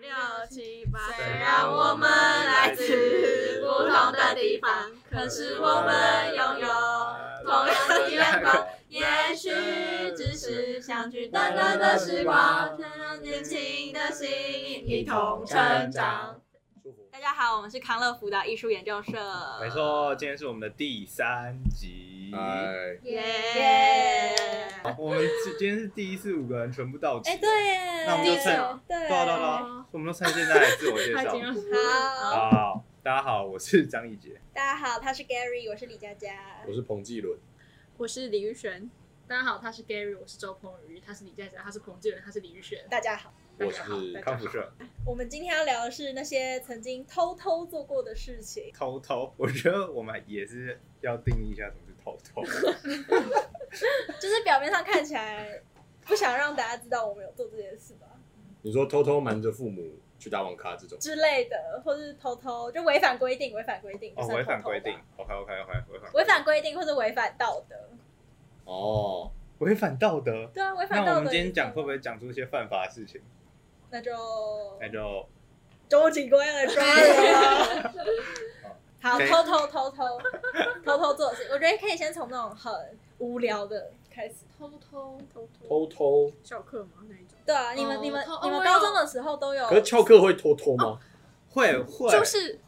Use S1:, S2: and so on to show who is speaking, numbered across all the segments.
S1: 六七八，
S2: 虽然我们来自不同的地方，可是我们拥有同样的眼光。也许只是相聚短短的时光，让年轻的心一同成长。
S1: 大家好，我们是康乐辅导艺术研究社。
S3: 没错，今天是我们的第三集。
S4: 哎，
S2: 耶、
S3: 好我们今今天是第一次五个人全部到齐。
S5: 哎，对耶，
S3: 那我们就趁
S5: 对，
S3: 对啊对啊对啊，我们都趁现在来自我介绍。
S5: 好，
S3: 好，大家好，我是张艺杰。
S5: 大家好，他是 Gary，我是李佳佳
S4: 我。是彭继伦，
S1: 我是李玉璇，
S2: 大家好，他是 Gary，我是周鹏宇，他是李佳佳，他是彭志远，他是李宇轩。
S5: 大家好，
S4: 我是
S3: 康复社
S5: 我们今天要聊的是那些曾经偷偷做过的事情。
S3: 偷偷，我觉得我们也是要定义一下什么是偷 偷。
S5: 就是表面上看起来不想让大家知道我们有做这件事吧
S4: 你说偷偷瞒着父母去打网咖这种，
S5: 之类的，或是偷偷就违反规定，违反规定，
S3: 哦，
S5: 就算
S3: 违反
S5: 偷偷吧
S3: 规定。OK OK OK，违反
S5: 违反规定或者违反道德。
S4: 哦，
S3: 违反道德。
S5: 对啊，违
S3: 那
S5: 反道德。
S3: 我们今天讲会不？哎会讲出一些犯法的事情？
S5: 那就
S3: 那就
S5: 周警官要来抓我 了。好，
S3: 可以
S5: 偷偷偷偷偷偷做事，我觉得可以先从那种很无聊的开始。
S2: 偷偷偷偷
S4: 偷偷，
S5: 哦
S2: 翘课吗？那一种？
S5: 对啊，你们、
S2: 哦
S5: 你们、
S2: 偷
S5: 你们
S2: 哦
S5: 高中的时候都有
S4: 可是翘课会偷偷吗？
S3: 会会，
S2: 嗯就是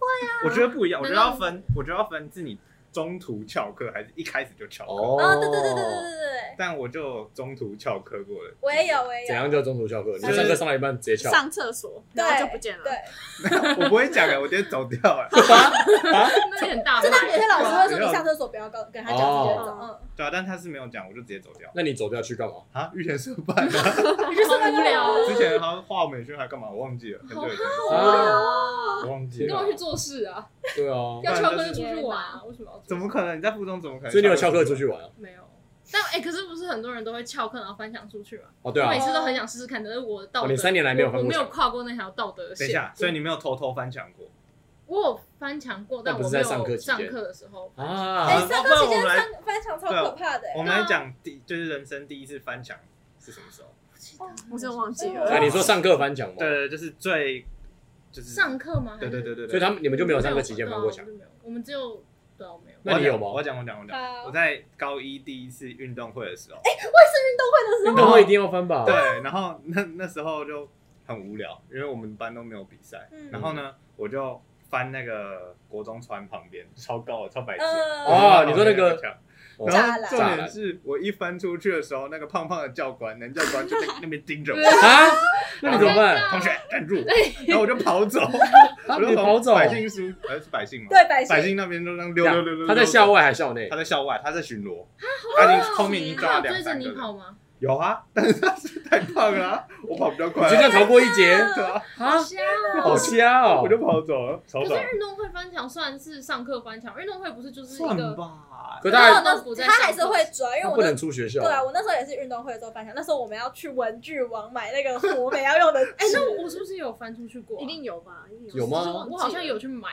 S3: 我觉得不一样，我觉得
S2: 难道
S3: 要分，我觉得要分是你中途翘课还是一开始就翘课。
S5: 哦，对对对对对对对，
S3: 但我就有中途翘课过了，
S5: 我也有我也有。
S4: 怎样叫中途翘课？你
S3: 就是
S4: 上课上到一半直接翘，
S2: 上厕所，
S5: 对
S2: 然后就不见了。
S5: 对，
S3: 我不会讲的，我直接走掉了。
S4: 啊
S2: 那有点 大
S5: 真的有些老师会
S3: 对
S5: 说
S3: 啊
S5: 你上厕所不要跟跟他讲这些走，嗯
S2: 哦，
S3: 对啊，但他是没有讲，我就直接走掉
S4: 那你走掉去 干嘛？
S3: 啊。预选社办的，
S2: 好 无聊哦，
S1: 啊
S3: 之前他画美宣还干嘛，我忘记了，很久以前，
S2: 啊
S3: 我忘记
S2: 你干嘛
S3: 了
S2: 去。做事啊？
S4: 对啊，
S2: 要翘课
S3: 就是
S2: 出去玩
S1: 天
S2: 啊？为什么要做事？
S3: 怎么可能？你在附中怎么可能？
S4: 所以你有翘课出去？玩啊？
S2: 没有？但哎、可是不是很多人都会翘课然后翻墙出去吗？
S4: 哦，对
S2: 我
S4: 啊
S2: 每，次都很想试试看，但是我的道
S4: 哦
S2: 德，
S4: 你三年来没有翻
S2: 我
S4: 过
S2: 没有
S4: 墙，
S2: 跨过那条道德
S3: 等
S2: 线。
S3: 一下，所以你没有偷偷翻墙过
S2: 我有翻墙过，但
S4: 那不
S2: 我
S4: 是
S2: 没有
S4: 在上课期间
S2: 上课的时候。
S4: 啊
S5: 哎，
S3: 好
S5: 上
S3: 那
S5: 课
S3: 不然
S5: 期间
S3: 我们来
S5: 翻翻墙超可怕的，
S3: 我
S5: 哎
S3: 们来讲第，就是人生第一次翻墙是什么时候？
S4: 哦
S5: 嗯
S1: 我真的忘记了。
S4: 那哎你说上课翻墙吗？
S3: 对，对，就是最，
S4: 嗯
S3: 就是
S2: 上课吗？
S3: 对对对对对。
S4: 所以他们你们就没有上课期间
S2: 对啊
S4: 翻过墙
S5: 哦
S2: 我，们就没有，我们只有对啊，我没有。
S3: 我要
S4: 那你
S3: 讲
S4: 有吗
S3: 我要讲，我讲，我讲。
S5: 好哎
S3: 我在高一第一次运动会的时候，
S4: 运动会一定要翻吧？
S3: 对，
S5: 啊
S3: 然后那那时候就很无聊，因为我们班都没有比赛。
S5: 嗯
S3: 然后呢，我就翻那个国中船旁边，超高的，超白痴。
S5: 嗯，
S4: 哦你说那个
S3: 墙
S4: 哦
S3: 然后重
S4: 栅
S3: 点
S4: 栏
S3: 是我一翻出去的时候，那个胖胖的教官，男教官就在那边盯 着我，
S4: 啊，那你怎么办？
S3: 同学站住，然后我就跑走，
S4: 他
S3: 我
S4: 你
S3: 就
S4: 跑
S3: 从
S4: 走，
S3: 百姓书，呃是百姓吗？
S5: 对，百姓
S3: 百姓那边就这样溜
S4: 这样
S3: 溜溜溜，
S4: 他在
S3: 溜
S4: 校，外还校内
S3: 他？在校外，他在巡逻，
S2: 啊
S3: 他已经后面已经
S2: 你
S3: 抓
S2: 跑
S3: 了两
S2: 追着
S3: 三
S2: 你
S3: 个人，
S2: 跑吗？
S3: 有啊，但是他是太胖了啊，我跑比较快
S4: 你
S3: 啊，
S4: 就这样逃过一劫
S3: 对啊，
S4: 啊？
S2: 瞎啊
S4: 好瞎哦！
S3: 我就跑走了，超
S2: 可
S3: 爽
S2: 是，运动会翻墙算是上课翻墙，运动会不是就是一
S3: 算
S2: 个
S3: 吧，
S4: 可
S5: 然
S4: 他
S5: 后
S4: 还
S5: 呢
S2: 不，在
S5: 他
S2: 上
S5: 还是
S2: 课
S5: 会抓，因为
S4: 他
S5: 我
S4: 不
S5: 那
S4: 能出学校，
S5: 对啊，我那时候也是运动会的时候翻墙，那时候我们要去文具网买那个火美要用 的
S2: 哎、
S5: 纸，
S2: 那我是不是有翻出去过啊、
S1: 一定有吧？一定
S4: 有吗
S2: 就是我我好像有去买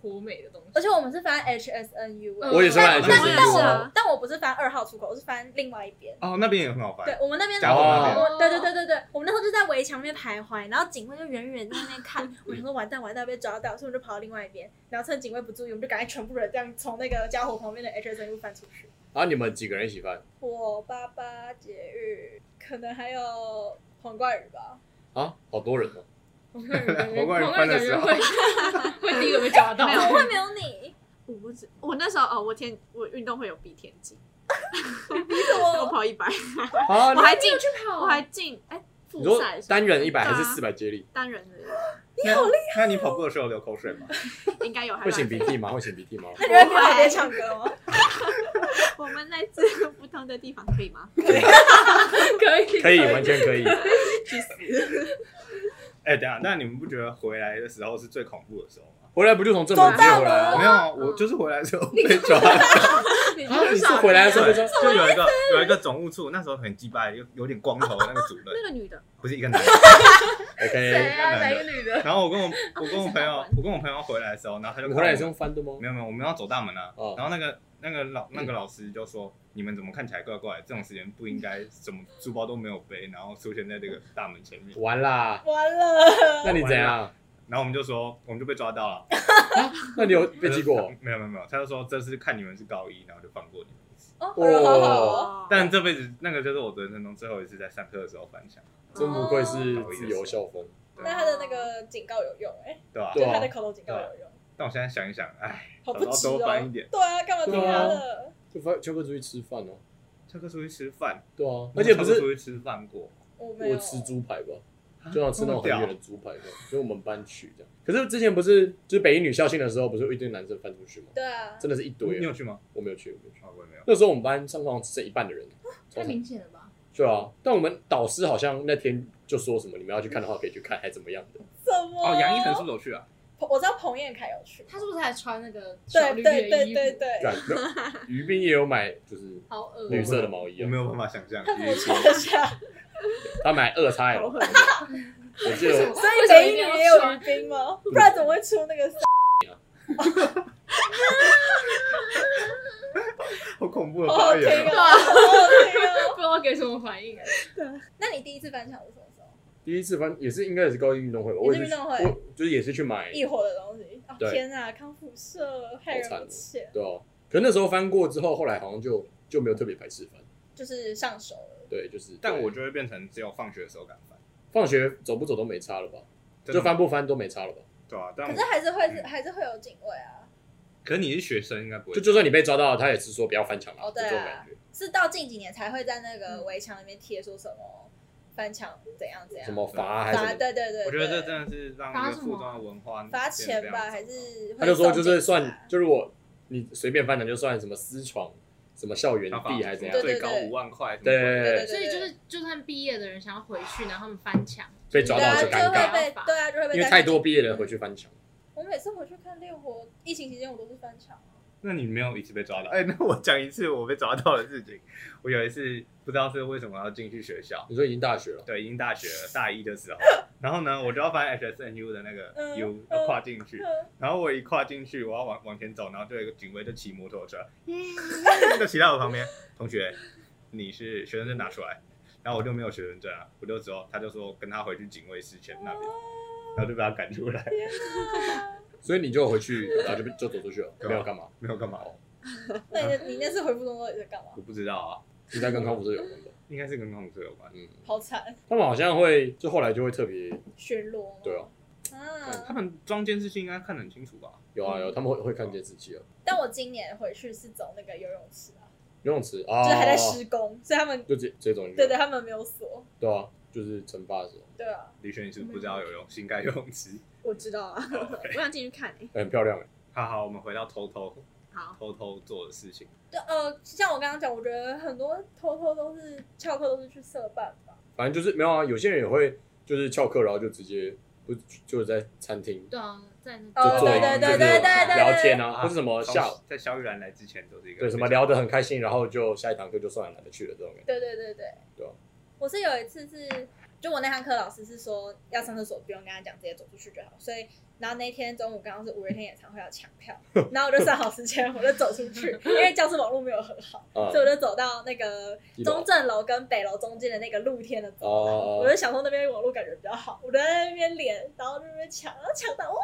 S2: 活美的东西，
S5: 而且我们是翻 HSNU，哎
S2: 嗯
S4: 我也是
S5: 但
S4: 乱
S3: 我
S5: 但
S3: 也是
S5: 但
S1: 啊
S5: 我但我不是翻二号出口，我是翻另外一边。
S3: 哦，那边也很好翻
S5: 对，，我们那边
S3: 甲
S4: 午那边
S5: 我对对对对对，我们那时候就在围墙那边徘徊，然后警卫就远远在那边 看，我想说完蛋完蛋被抓到，所以我们就跑到另外一边，然后趁警卫不注意，我们就赶快全部人这样从那个家伙旁边的 HSNU 翻出去。
S4: 然后啊你们几个人一起翻
S5: 我爸爸节日，可能还有黄冠宇吧。
S4: 啊？好多人哦！
S2: 我看人感觉，
S3: 我看人
S2: 我看
S3: 翻
S2: 人
S3: 的
S2: 感
S3: 时
S2: 觉
S3: 候
S2: 会 会第一个被抓到。
S1: 没
S5: 怎
S1: 有
S5: 么会没有你？
S1: 我不知，我那时候哦，我天，我运动会有比田径，
S5: 你 怎
S1: 我
S5: 么？
S1: 跑一百，
S4: 啊，
S1: 我
S4: 哦你
S1: 还进，
S2: 去跑
S1: 我还进，哎，复
S4: 你说
S1: 赛的时候
S4: 单人一百还
S1: 对
S4: 是
S1: 啊
S4: 四百接力？
S1: 单人的
S3: 你好厉害。那你跑步的时候流口水吗？
S1: 应该有，还
S4: 会擤鼻
S1: 蛮
S4: 涕吗？会擤鼻涕吗？
S5: 那你会跑别唱歌 吗？
S1: 我们来自不同的地方，可以吗？
S2: 可以
S4: 可以，完全可以。
S3: 哎，等一下，那你们不觉得回来的时候是最恐怖的时候吗？
S4: 回来不就从正门直接回来
S3: 没
S4: 了？
S3: 有啊，我就是回来的 时候被抓。
S2: 你
S4: 啊，
S2: 就
S4: 你
S2: 是
S4: 是
S2: 少
S4: 回来的时候就说
S3: 对，就有一个有一个总务处，那时候很鸡巴，有有点光头的那个主任，
S1: 那个女的，
S3: 不是一个男的。
S4: OK，
S2: 啊？哪一个女的？
S3: 然后我跟我我跟我朋
S1: 好
S3: 友
S1: 玩，
S3: 我跟我朋友回来的时候，然后他就
S4: 你
S3: 看
S4: 回来
S3: 我
S4: 也是用翻的吗？
S3: 没有没有，我们要走大门啊
S4: 哦。嗯
S3: 然后那个那个老那个老师就说，你们怎么看起来怪怪？这种时间不应该什么书包都没有背，然后出现在这个大门前面。
S4: 完啦，
S5: 完了，
S4: 那你怎样？
S3: 然后我们就说，我们就被抓到了。
S4: 那你有被记过？
S3: 没有没有没有，他就说这是看你们是高一，然后就放过你们一次。
S5: 哦，好好哦。
S1: 哦
S3: 但这辈子那个就是我人生中最后一次在上课的时候翻墙，
S4: 真不愧是自由校风，
S3: 对
S5: 那他的那个警告有用哎、
S3: 对吧、
S4: 对啊
S5: 他的口头警告有用，
S3: 但我现在想一想，哎，
S5: 好不值
S3: 早知道多翻一
S5: 哦。
S3: 点。
S5: 对啊，干嘛听他的？
S4: 就发秋哥出去吃饭哦。
S3: 翘课出去吃饭，
S4: 对啊，而且不
S3: 翘课
S4: 是
S3: 出去吃饭过，
S5: 我没有。
S4: 我吃猪排吧，
S3: 啊
S4: 就想吃那种很远
S3: 这
S4: 的
S3: 么
S4: 猪排吧，就我们班去这样。可是之前不是就是北一女校庆的时候，不是有一堆男生翻出去吗？
S5: 对啊，
S4: 真的是一
S3: 屌你
S4: 堆
S3: 有
S4: 啊，
S3: 去吗？
S4: 我没有去，我没有去。
S3: 啊，我也没有。
S4: 那时候我们班上课只剩一半的人，
S2: 太明显了吧？
S4: 对啊，但我们导师好像那天就说什么，你们要去看的话可以去看，还怎么样的？
S5: 什么？
S3: 哦，杨一晨是不是有去啊？
S5: 彭我知道彭彦凯有去。
S2: 他是不是还穿那个小
S5: 对
S2: 绿
S5: 对
S2: 绿的
S5: 对
S2: 衣
S5: 对
S2: 服？
S5: 对，
S4: 干啊 于斌也有买，就是
S2: 好恶
S4: 绿
S2: 哦，
S4: 色的毛衣
S3: 我
S4: 啊
S3: 没，有办法想象。
S5: 他怎么穿得下？
S4: 他买二叉 L，
S1: 好狠
S4: 我记
S2: 为什
S4: 得
S2: 么
S5: 所以
S2: 为什么
S5: 北
S2: 一定
S5: 一女
S2: 要
S5: 也有
S2: 穿
S5: 于冰吗？不然怎么会出那个？
S3: 好恐怖的
S5: 好好
S3: 发
S5: 听
S3: 言
S5: 哦，
S3: 哦！
S5: 好好听哦。
S2: 不 知道给什么反应哎。
S5: 那你第一次翻墙是什么时候？
S4: 第一次反正也是应该也是高一运动会吧，我也
S5: 也
S4: 是
S5: 是运动会哎
S4: 我就是也是去买，
S5: 一伙的东西。哦
S4: 对
S5: 天啊，康复社害人不浅，
S4: 对哦、可那时候翻过之后，后来好像就就没有特别排斥翻，
S5: 就是上手了。
S4: 对，就是。
S3: 但我
S4: 对
S3: 就会变成只有放学的时候敢翻，
S4: 放学走不走都没差了吧，
S3: 真的
S4: 就翻不翻都没差了吧，
S3: 对啊。但
S5: 可
S3: 我
S5: 是还是会是还是会有警卫啊，
S3: 可是你是学生，应该不会
S4: 就就算你被抓到，他也是说不要翻墙了，
S5: 哦
S4: 就
S5: 对啊
S4: 这种感觉。
S5: 是到近几年才会在那
S3: 嗯
S5: 个围墙里面贴说什么翻墙怎样怎样
S4: 什么罚还是什
S5: 罚，
S4: 么？
S5: 对啊对对，
S3: 我觉得这
S5: 对
S3: 真的是让
S2: 罚
S3: 一
S2: 什
S3: 个
S2: 么
S3: 附中的文化
S5: 罚
S3: 变得
S5: 钱
S3: 非常
S5: 吧，
S3: 糟
S5: 还是
S4: 他就说就是
S5: 会送警察啊
S4: 算就是我你随便翻墙就算什么私闯、什么校园
S3: 然后
S4: 地还是怎样
S5: 对，
S3: 最高
S5: 对对
S3: 五万块，
S4: 对
S3: 什么
S5: 对对
S2: 所以
S5: 对
S2: 就是，就算毕业的人想要回去，然后他们翻墙，
S4: 被抓
S5: 对
S4: 到
S5: 啊，
S4: 就
S5: 就会
S4: 尴尬，
S5: 被对啊，就会被
S4: 因为太多。毕业人回去翻墙。
S5: 我每次回去看烈火，疫情期间我都是翻墙啊，
S3: 那你没有一次被抓到？哎、那我讲一次我被抓到的事情。我有一次不知道是为什么要进去学校，
S4: 你说已经大学了，
S3: 对，已经大学了，大一的时候，然后呢，我就要翻 HSNU 的那个
S5: 嗯
S3: U，
S5: 嗯
S3: 要跨进去，
S5: 哼
S3: 然后我一跨进去，我要往往前走，然后就有一个警卫就骑摩托车，就骑到我旁边，同学，你是学生证拿出来，然后我就没有学生证啊，我就只有他就说跟他回去警卫室前那
S5: 哦
S3: 边，然后就被他赶出来，
S4: 所以你就 回去，然后就被就走出去了，
S3: 对啊
S4: 没有干嘛？
S3: 没有干嘛，
S5: 那你那你那次回复工作也在干嘛？
S3: 我不知道啊，
S4: 应该跟康复社有关吧？
S3: 应该是跟同学有关。
S4: 嗯，
S5: 好惨，
S4: 他们好像会就后来就会特别
S5: 巡逻吗
S4: 对啊，
S3: 他
S5: 啊！
S3: 们装监视器应该看得很清楚吧？
S4: 有
S5: 嗯
S4: 啊有，他们会会看监视器啊，
S5: 但我今年回去是走那个游泳池啊，
S4: 游泳池啊，
S5: 就是还在施工，所以他们
S4: 就这这种
S5: 对对，他们没有锁。
S4: 啊对啊，就是惩罚的时候，
S5: 对啊，
S3: 李轩，你是不是不知道游泳新盖游泳池？
S1: 我知道 啊，我想进去看哎诶。
S4: 很漂亮欸
S3: 好好，我们回到偷偷
S1: 好，
S3: 偷偷做的事情。
S5: 对呃，像我刚刚讲，我觉得很多偷偷都是翘课都是去社办吧，
S4: 反正就是没有啊，有些人也会就是翘课，然后就直接不就是在餐厅
S2: 对啊，在那
S5: 哦
S4: 就坐
S5: 对
S4: 一
S5: 对
S4: 就
S5: 对
S4: 是
S5: 对对对
S4: 聊天啊，
S3: 啊
S4: 或是什么下午
S3: 从在萧玉兰来之前都是一个
S4: 对什么聊得很开心，然后就下一堂课就算了，懒得去了这种感觉。
S5: 对对对对，
S4: 对啊
S5: 我是有一次是，就我那堂课老师是说要上厕所不用跟他讲，直接走出去就好。所以，然后那天中午刚好是五月天演唱会要抢 票，然后我就算好时间，我就走出去，因为教室网络没有很好，
S4: 啊
S5: 所以我就走到那个
S4: 一楼
S5: 中正楼跟北楼中间的那个露天的走廊。
S4: 哦
S5: 我就想说那边网络感觉比较好，我就在那边连，然后就在那边抢，然后抢到哇，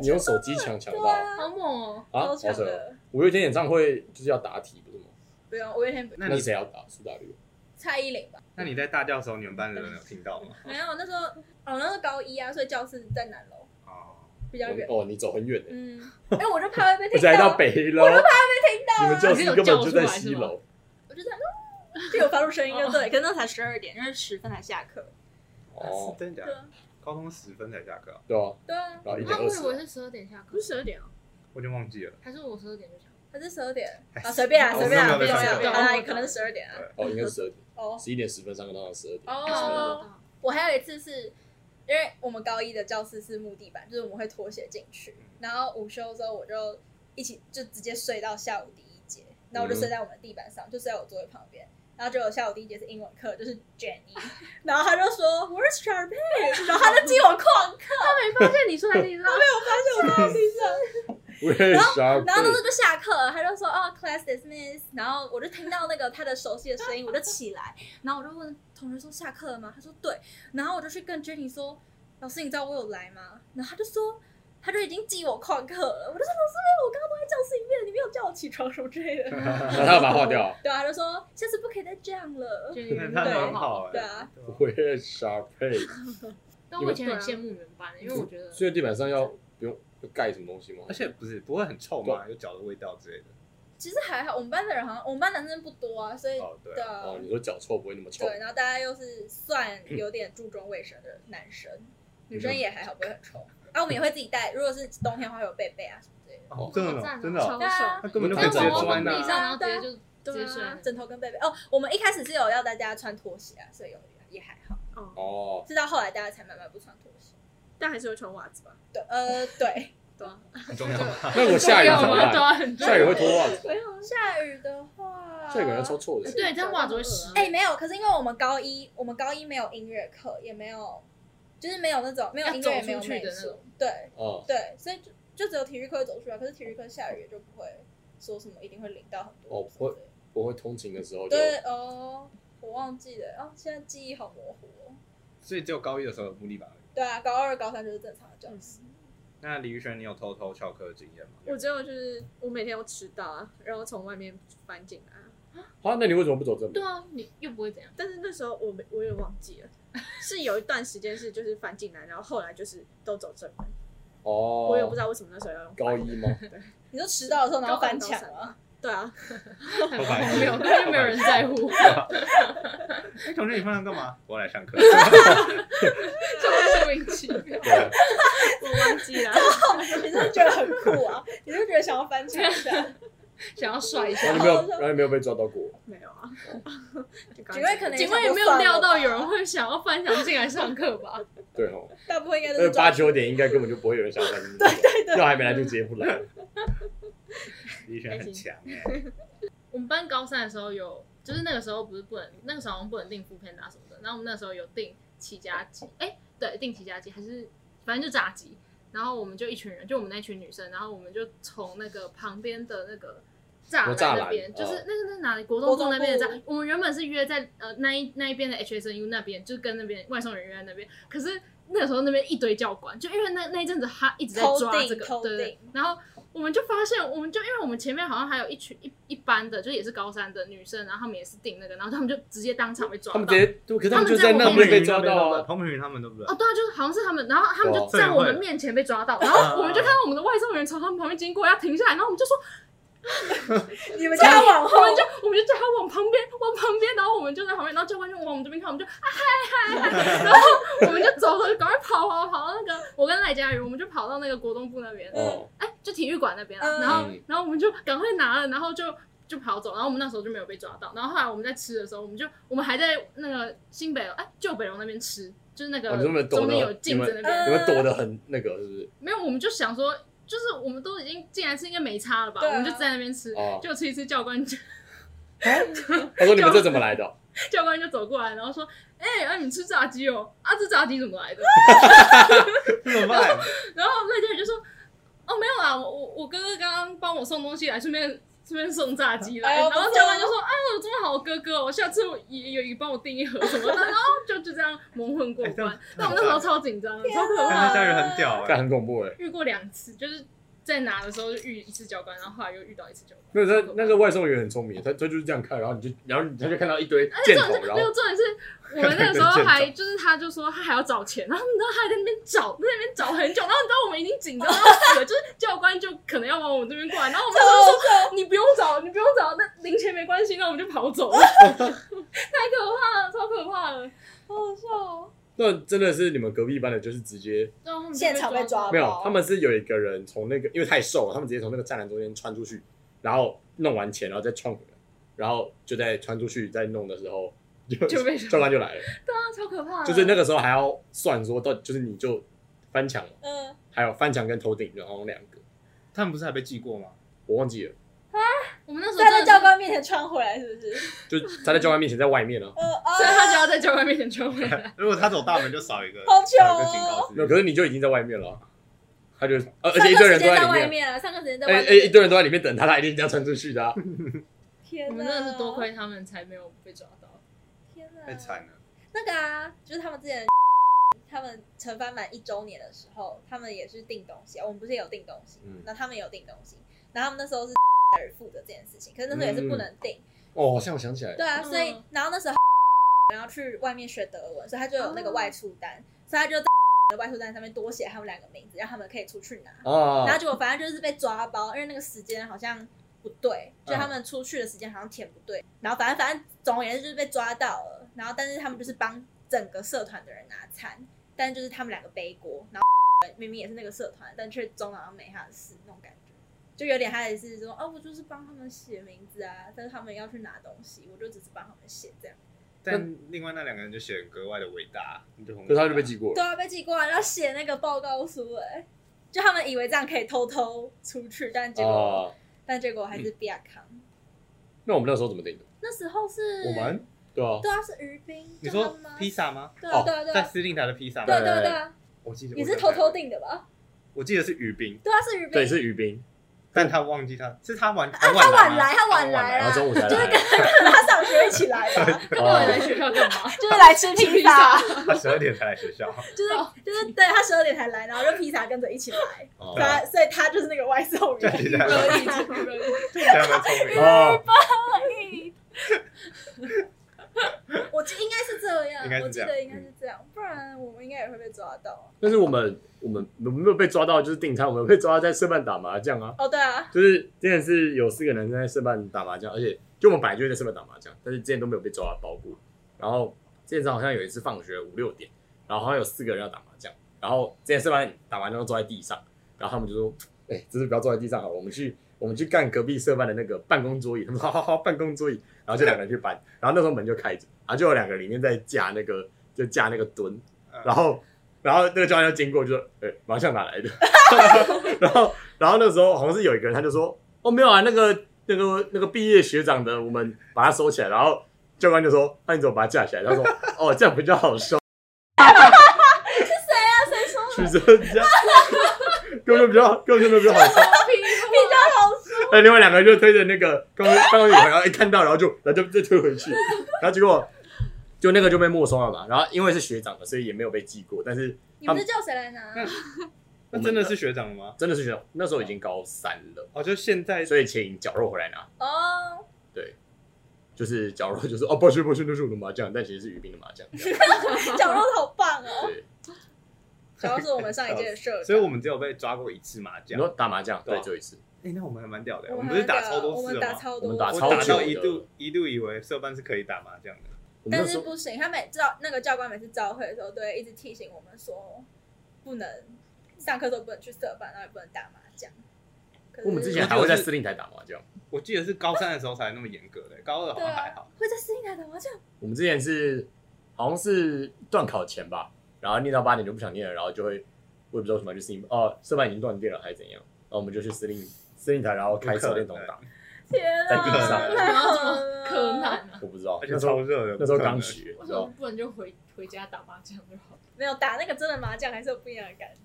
S4: 你用手机抢抢得到啊？
S2: 好猛哦，
S5: 超
S4: 好
S5: 强
S4: 扯！
S5: 的。
S4: 五月天演唱会就是要答题，不是吗？
S5: 不用，啊五月天不
S3: 那
S4: 那
S3: 你
S4: 谁要答？苏打绿。
S5: 蔡依林吧？
S3: 那你在大叫的时候，你们班的人有听到 吗？
S5: 没有，那时候哦，那时候高一啊，所以教室在南楼，
S3: 哦，
S5: 比较远。
S4: 哦，你走很远诶，
S5: 嗯， 因为我就怕会被
S4: 而
S5: 听
S4: 且还
S5: 到
S4: 到，北楼，我都怕被听到。你们教
S2: 你
S4: 室
S2: 有
S4: 根
S2: 叫
S4: 本就
S2: 出
S4: 在
S2: 来
S4: 西
S2: 是吗
S4: 楼，
S5: 我就在，嗯就有发出声音就对。可是那才十二点，
S1: 因为十分才下课，
S4: 哦，
S3: 真的假
S5: 对
S3: 的？
S5: 啊，
S3: 高中十分才下课啊，
S4: 对啊，
S5: 对啊，
S4: 然后一点
S2: 那
S4: 二
S2: 我以为
S4: 十，
S2: 是十二点下课
S1: 不，是十二点哦。
S3: 我已经忘记了。
S2: 还是我十二点就下课？
S5: 还是十二点啊，随便啊，
S3: 我
S5: 随
S3: 们
S5: 便啊，
S3: 都
S5: 不
S3: 没有
S5: 重
S3: 上
S5: 要，
S2: 课
S5: 啊，可能是十二点啊。
S4: 哦，应该是十二点，
S5: 哦
S4: 十一点十分上课，当然十二点。
S5: 哦，我还有一次是因为我们高一的教室是木地板，就是我们会拖鞋进去，然后午休的时候我就一起就直接睡到下午第一节，然后我就睡在我们的地板上，就睡在我座位旁边。然后就有下午第一节是英文课，就是 Jenny，然后他就说 Where's Sharpay，然后他就记我旷课，
S2: 他没发现你出来地 上，
S5: 发现我在地上。
S4: 为啥
S5: 然后那时候就下课了，他就说哦，class dismiss，然后我就听到那个他的熟悉的声音，我就起来，然后我就问同学说下课了吗？他说对，然后我就去跟 Jenny 说。老师你知道我有来吗？”然后他就说。他就已经记我旷课了，我就说老师，我刚刚都在教室里面，你没有叫我起床什么之类的。
S4: 然后他要把它划掉，
S5: 对啊，他就说下次不可以再这样了。
S2: 觉得你
S3: 那
S2: 们
S3: 他
S5: 对
S3: 很好
S5: 对
S3: 哎、
S5: 啊，
S4: 我也傻配。
S2: 但我以前很羡慕你们班，因为我觉得
S4: 所以地板上要不用要盖什么东西吗？
S3: 而且不是不会很臭吗？有脚的味道之类的。
S5: 其实还好，我们班的人好像我们班男生不多啊，所以
S3: 哦，对
S5: 对
S3: 啊，
S5: 啊
S4: 哦，，你说脚臭不会那么臭？
S5: 对，然后大家又是算
S4: 嗯
S5: 有点注重卫生的男生，女生也还好，不会很臭。啊，我们也会自己带，如果是冬天的话，有被被啊什么之类的。
S3: 哦
S2: 好
S3: 真的
S2: 赞
S3: 哦
S2: 哦
S3: 真的哦，
S2: 超爽。
S3: 他根本就可以
S2: 但
S3: 直
S2: 是我
S3: 接坐在
S2: 往
S3: 那
S2: 地上，
S3: 儿。
S2: 然后直接就直接睡
S5: 对啊
S2: 在，那。
S5: 枕头跟被被。哦，我们一开始是有要大家穿拖鞋啊，所以有也还好，
S1: 哦，
S4: 哦，
S5: 直到后来大家才慢慢不穿拖鞋。
S1: 但还是会穿袜子吧？
S5: 对，呃，对，
S1: 对啊，
S3: 很重要吗？
S4: 那我下雨怎么办？
S2: 很
S3: 啊
S2: 重要
S4: 下雨会脱袜子，
S1: 没有，
S5: 下雨的话，
S4: 下雨感觉超臭的。
S2: 对，这样袜子会湿。
S5: 哎、没有，可是因为我们高一，我们高一没有音乐课，也没有，就是没有那种没有
S2: 要
S5: 音
S2: 走
S5: 乐，也没
S2: 出
S5: 有
S2: 去
S5: 美
S2: 的那
S5: 术
S2: 种，
S5: 对
S4: 哦，
S5: 对，所以就就只有体育课会走出来，可是体育课下雨也就不会说什么一定会淋到很多
S4: 哦
S5: 什么之类的。
S4: 我会通勤的时候就
S5: 对哦，我忘记了，哦，现在记忆好模糊、哦。
S3: 所以只有高一的时候有木地板而已。
S5: 对啊，高二、高三就是正常的教室。
S4: 嗯
S3: 那李宇轩，你有偷偷翘课的经验吗？
S1: 我只有就是我每天都迟到啊，然后从外面翻进来啊。
S4: 啊，那你为什么不走正门？
S2: 对啊，你又不会怎样。
S1: 但是那时候我没，我也忘 记了，是有一段时间是就是翻进来，然后后来就是都走正门，
S4: 哦，
S1: 我也不知道为什么那时候要用
S4: 高
S1: 翻
S4: 一吗？
S5: 你说迟到的时候然后翻墙
S1: 高二高
S5: 吗？
S1: 对啊，
S2: 很荒谬，但是没有人在 乎。
S3: 哎，同学，你放上干嘛？ 我来上课。
S2: 超莫名其妙。
S4: 对，
S1: 我 忘记了，
S5: 你是不是觉得很酷啊？你是不是觉得想要翻墙一下？
S2: 想要帅一下。
S4: 然后就没有，然后就没有被抓到过。
S1: 没 有啊，就刚
S5: 警卫可能
S2: 警卫也没有料到有人会想要翻墙进来上课吧？
S4: 对哦，
S5: 大部分应该都
S4: 那
S5: 是抓
S4: 八九点应该根本就不会有人想要来这边。对
S5: 对
S4: 要还没来就直接不来。
S3: 李宇轩很 强哎，
S2: 我们班高三的时候有，就是那个时候不是不能，那个时候好像不能订副片啊打什么的。然后我们那时候有订起家鸡，哎、对，订起家鸡还是反正就炸鸡。然后我们就一群人，就我们那群女生，然后我们就从那个旁边的那个栅
S4: 有栅
S2: 栏那
S4: 栏
S2: 边，
S4: 哦
S2: 就是那个那是哪里？国中部那边的栅
S5: 国中
S2: 栏。我们原本是约在呃那一那一边的 HSNU 那边，就是跟那边外送人员那边。可是那个时候那边一堆教官，就因为那那一阵子他一直在抓
S5: 偷
S2: 这
S5: 订
S2: 个，
S5: 偷
S2: 对
S5: 订
S2: 对。然后我们就发现，我们就因为我们前面好像还有一群一一班的，就是也是高三的女生，然后他们也是订那个，然后他们就直接当场被抓到。
S4: 他们直接，对，可是他们就
S2: 他们在
S4: 那
S2: 我
S4: 边
S2: 们
S4: 被抓到啊。
S3: 彭品云他们都 不知
S2: 哦，
S3: 道。
S2: 对啊，就是好像是他们，然后他们
S4: 对
S2: 就
S4: 啊
S2: 在我
S3: 这
S2: 们
S3: 也会
S2: 面前被抓到，然后我们就看到我们的外送员从他们旁边经过，要停下来，然后我们就说，
S5: 你 们家往后
S2: 我们就我们就叫他往旁边，往旁边，然后我们就在旁边，然后教官就往我们这边看，我们就啊嗨嗨嗨，然后我们就走了，赶快跑跑跑到那个，我跟赖佳瑜，我们就跑到那个国中部那边，
S4: 哦，
S2: 哎、就体育馆那边啊，
S5: 嗯
S2: 然后
S4: 嗯
S2: 然后我们就赶快拿了，然后就就跑走，然后我们那时候就没有被抓到，然后后来我们在吃的时候，我们就我们还在那个新北哎旧北龙那边吃，就是那
S4: 哦你们
S2: 个
S4: 懂
S2: 中
S4: 了
S2: 间有镜子那边，
S5: 嗯
S4: 你们躲得很那个，是不是？
S2: 没有，我们就想说，就是我们都已经进来吃，应该没差了吧，
S5: 对啊
S2: 我们就在那边吃，
S4: 哦，
S2: 就吃一吃，教官就
S4: 他说你们这怎么来的？
S2: 教官就走过来，然后说，哎、啊你吃炸鸡哦，啊这炸鸡怎么来的？
S3: 怎么办？
S2: 然后赖佳宇就说：“哦，没有啦，我我我哥哥刚刚帮我送东西来，顺便顺便送炸鸡来。
S5: 哎呦
S2: 然后
S5: 不错
S2: 教官就说：“哎呦，这么好哥哥哦，我下次我也有一帮我订一盒什么的。”然后就就这样蒙混过
S3: 哎这样
S2: 关。但我们那时候超紧张的，超可
S5: 天
S2: 怕
S5: 啊
S2: 的，
S3: 他家人很屌
S4: 但
S3: 哎，
S4: 很恐怖哎。
S2: 遇过两次，就是在拿的时候就遇一次教官，然后后来又遇到一次教官。
S4: 那个时候那个外送员很聪明，他他就是这样看，然后你就然后他就看到一堆箭
S2: 重
S4: 头
S2: 点，是
S4: 然
S2: 没有
S4: 后
S2: 重点是，我们那个时 候还就是他就说他还要找钱，然后你知道他还在那边找，在那边找很久，然后你知道我们已经紧张到死了，就是 教官就可能要往我们这边过来，然后我们就说你不用找，你不用找，那零钱没关系，那我们就跑走了， 太可怕了，超可怕了，
S5: 好好笑哦。
S4: 那真的是你们隔壁班的，就是直接
S2: 然后我们就
S5: 现场被抓
S2: 到
S4: 没有，他们是有一个人从那个因为太瘦了，他们直接从那个栅栏中间穿出去，然后弄完钱，然后再穿回来，然后就在穿出去再弄的时候，就
S2: 就被
S4: 教官就 来了，
S2: 对啊，超可怕的，
S4: 就是那个时候还要算说到就是你就翻墙嘛，
S5: 嗯，
S4: 还有翻墙跟头顶，然后两个
S3: 他们不是还被记过吗？
S4: 我忘记了，
S2: 我们那时候
S5: 在在
S2: 真的
S5: 教
S2: 是。
S5: 官面前穿回来是不是？
S4: 就他在教官面前在外面
S2: 嗯
S4: 啊，
S5: 呃啊
S2: 所以，他就要在教官面前穿回来，
S3: 如果他走大门就少一个，
S5: 好糗
S3: 少一个警告
S5: 哦
S4: 没有，可是你就已经在外面了啊，他就呃而而
S5: 上
S4: 且一
S5: 课
S4: 堆
S5: 时
S4: 人都
S5: 间在
S4: 里
S5: 外
S4: 面。
S5: 面啊，上课时间在
S4: 哎
S5: 外
S4: 哎，一
S5: 面。
S4: 堆人都在里面等他，他一定要穿出去 的啊！
S5: 天
S2: 我
S5: 哪！
S2: 们真的是多亏
S4: 哦
S2: 他们才没有被抓到。
S5: 天哪！
S3: 太惨了。
S5: 那个啊，就是他们之前 他们陈帆满一周年的时候，他们也是订东西，我们不是也有订东西
S4: 嗯，
S5: 那、他们也有订东西，然后他们那时候是 而负责这件事情，可是那时候也是不能订，
S4: 哦，好像我想起来，
S5: 对啊，
S1: 嗯
S5: 所以然后那时候 然后去外面学德文，所以他就有那个外出单，所以他就在 的外出单上面多写他们两个名字，让他们可以出去拿，
S4: 啊
S5: 然后结果反正就是被抓包，因为那个时间好像不对，就他们出去的时间好像填不对，然后反正反正总而言之就是被抓到了，然后但是他们就是帮整个社团的人拿餐，但就是他们两个背锅，然后 明明也是那个社团，啊但却中好像没他的事那种感觉，就有点他也是说哦，我就是帮他们写名字啊，但是他们要去拿东西，我就只是帮他们写这样，
S3: 但另外那两个人就显得格外的伟大，你就很
S4: 可是他就被记过
S5: 对
S4: 了，
S5: 啊，被记过来，然后写那个报告书、哎，就他们以为这样可以偷偷出去，但结果、
S4: 啊，
S5: 但结果还是比亚康。
S4: 那我们那时候怎么定的？
S5: 那时候是
S4: 我
S3: 嗯
S4: 们对啊，
S5: 对啊，是于斌，
S3: 你
S5: 就
S3: 说
S5: 他们吗
S3: 披萨吗？
S5: 对啊对啊对
S3: 在
S5: 啊
S3: 司令台的披萨吗，
S5: 对啊对啊对啊，
S3: 我记得
S5: 也是偷偷
S3: 的，
S5: 订的吧？
S3: 我记得是雨冰，
S5: 对啊，是于
S4: 对，
S5: 斌，
S4: 是于斌，
S3: 但他忘记他是他晚
S5: 啊，他晚
S3: 晚
S5: 来，他晚来
S4: 然
S5: 啊，
S4: 后中午才
S5: 就是
S4: 来
S5: 跟，他上学一起来的 啊，
S1: 他到底来学校干嘛？
S5: 就是来吃 披萨，
S3: 他十二点才来学校，
S5: 就是就是对他十二点才来，然后就披萨跟着一起来，
S4: 哦
S5: 他所以他就是那个外送
S3: 这其实
S5: 员。
S3: 还蛮
S1: 合理 合理
S3: 这还蛮聪明的，
S4: 哦，
S5: 我记应该是这样
S3: 应该，
S5: 我
S3: 是
S5: 记
S3: 这样
S5: 得应该是这样，不然我们应该也会被抓到。
S4: 但是我们我们我们没有被抓到，就是订餐，我们被抓到在社办打麻将啊。
S5: 哦，对啊，
S4: 就是之前是有四个男生在社办打麻将，而且就我们本来就会在社办打麻将，但是之前都没有被抓包过。然后之前好像有一次放学五六点，然后好像有四个人要打麻将，然后之前社办打麻将都坐在地上，然后他们就说：“哎、这次不要坐在地上好了，我们去我们去干隔壁社办的那个办公桌椅。”他们说：“好好好，办公桌椅。”然后就两个人去搬，然后那时候门就开着，然后就有两个里面在架那个就架那个墩，然后然后那个教练就经过就说：“哎、麻将哪来的？” 然后然后那时候好像是有一个人，他就说：“哦，没有啊，那个那个那个毕业学长的，我们把它收起来。”然后教官就说：“那、你怎么把它架起来？”他说：“ 哦，这样比较好收。
S5: 谁
S3: 啊
S5: 说”
S4: 曲折家根本就比较根本就比较好收。
S5: 比较好吃？
S4: 那另外两个就推着那个刚刚办公椅，然后一看到，然后就然后就再推回去，然后结果就那个就被没收了嘛。然后因为是学长的，所以也没有被记过，但是
S5: 你们是叫谁来拿？
S3: 那真的是学长了吗？
S4: 真的是学长，那时候已经高三了，
S3: 哦，就现在
S4: 所以请绞肉回来拿。
S5: 哦，
S4: 就是绞肉，就是哦，抱歉抱歉，那是我的麻将，但其实是于斌的麻将。
S5: 绞肉好棒 哦！
S4: 对，
S5: 绞肉是我们上一届的社长，
S3: 所以我们只有被抓过一次麻
S4: 你
S3: 将。
S4: 说打麻将，
S3: 对
S4: 对
S3: 啊，
S4: 就一次，
S3: 哎、那我们还蛮屌的，
S5: 我
S3: 我
S5: 们
S3: 们不是打
S5: 还
S3: 超多
S5: 我
S3: 次
S5: 们
S3: 的
S5: 打
S3: 吗？
S5: 超
S4: 我
S5: 多，
S4: 们打
S3: 我
S4: 超
S3: 打
S4: 久
S3: 到
S4: 的
S3: 一度一度以为社办是可以打麻将的，
S4: 我们
S5: 但
S4: 那时
S5: 是
S4: 候
S5: 不行，他每次到那个教官每次召会的时候，都会一直提醒我们说，不能上课的时候不能去色班，然后也不能打麻将。可是
S4: 我们之前还会在司令台打麻将，
S3: 我记得是高三的时候才那么严格的，高二好
S5: 对
S3: 像还
S5: 啊
S3: 好。，
S5: 会在司令台打麻将，
S4: 我们之前是好像是断考前吧，然后念到八点就不想念了，然后就会我也不知道为什么要去司令，哦，社办已经断电了还是怎样，然后我们就去司令司令台，然后开手电筒打，
S5: 天
S4: 在地
S5: 啊，
S4: 上
S5: 太好
S1: 然后怎
S5: 了
S1: 柯南啊，
S4: 我不知道
S3: 而，且
S4: 那时候
S3: 超热的，
S4: 那时候
S3: 不可能
S4: 刚学，
S1: 为
S4: 知
S1: 什么
S4: 道
S1: 不能就回回家打麻将就好？
S5: 没有打那个真的麻将还是有不一样的感觉。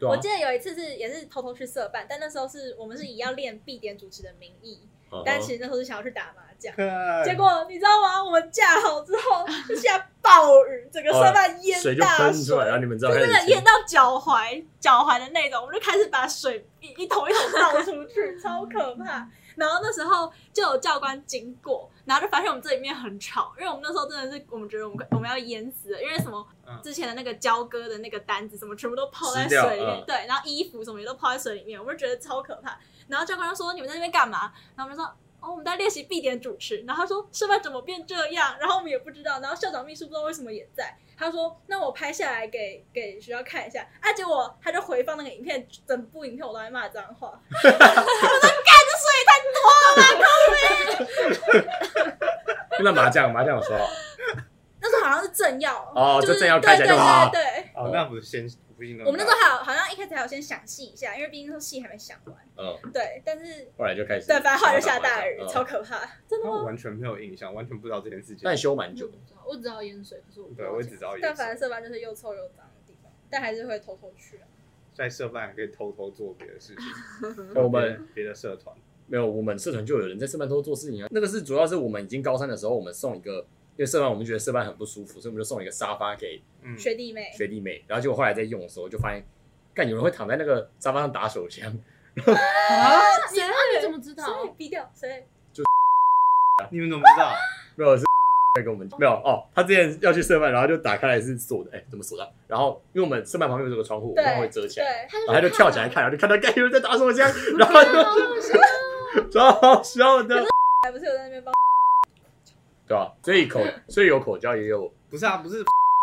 S4: 对
S5: 我
S4: 啊
S5: 记，得有一次是也是偷偷去色办，但那时候是我们是以要练必点主持的名义，
S4: 嗯
S5: 但其实那时候是想要去打麻将。
S3: 看
S5: 结果你知道吗？我们架好之后就下暴雨，整个社办淹
S4: 嗯哦水就
S5: 大
S4: 喷出来，然后你们知道
S5: 就
S4: 开
S5: 真的
S4: 始
S5: 淹到脚踝，脚踝的那种，我们就开始把水一一桶一桶倒出去，超可怕。然后那时候就有教官经过，然后就发现我们这里面很吵，因为我们那时候真的是我们觉得我们快我们要淹死了，因为什么
S3: 嗯
S5: 之前的那个交割的那个单子什么全部都泡在
S4: 湿
S5: 水
S4: 掉
S5: 里面，
S4: 嗯
S5: 对，然后衣服什么也都泡在水里面，我们就觉得超可怕。然后教官就说：“你们在那边干嘛？”然后我们就说。哦，我们在练习必点主持，然后他说社办怎么变这样，然后我们也不知道，然后校长秘书不知道为什么也在，他说：“那我拍下来给给学校看一下。”啊，结果他就回放那个影片，整部影片我都在骂脏话。我说：“干，这水也太多了吧！
S4: 那麻将麻将有说好，
S5: 那时候好像是政要
S4: 哦
S5: 就
S4: 就是正要开起来就哇
S5: 对对对对。
S3: 哦，那不是先不是
S5: 我们那时候还有好像一开始还有先想戏一下，因为毕竟那时候戏还没想完。
S4: 嗯，
S5: 对，但是
S4: 后来就开始
S5: 对，反正后来就下大雨
S4: 打麻，
S5: 超
S4: 将嗯
S5: 可怕，真的
S3: 那我
S5: 吗？
S3: 完全没有印象，完全不知道这件事情
S4: 但。修蛮久的。
S1: 我只知道淹水，可是我不知
S3: 对，
S1: 道
S3: 我
S1: 这
S3: 只
S1: 样
S3: 知道也
S5: 但
S3: 是
S5: 反正社办就是又臭又脏的地方，但还是会偷偷去啊。
S3: 在社办还可以偷偷做别的事 情，
S4: 我们
S3: 别的社团
S4: 没有，我们社团就有人在社办偷偷做事情啊。那个是主要是我们已经高三的时候，我们送一个为社办我们觉得社办很不舒服，所以我们就送了一个沙发给
S3: 嗯，
S5: 学弟妹，
S4: 学弟妹。然后结果后来在用的时候，就发现，干有人会躺在那个沙发上打手枪，
S2: 啊，
S1: 谁
S2: 啊你怎么知
S5: 所以
S2: 道？
S5: 逼掉，所以
S3: 你们怎么知道？
S4: 没有是 在跟我们没有哦，他之前要去社办，然后就打开来是锁的，哎，怎么锁的？然后因为我们社办旁边不是有个窗户，我
S5: 对
S4: 们会遮起来，
S5: 对，
S2: 然
S4: 然后他就跳起来，看，然后就看到干有人在打手 枪，然后就超好笑的，
S5: 还不是有在那边帮
S4: 对吧？所以口所以有口交也有
S3: 不是啊，不是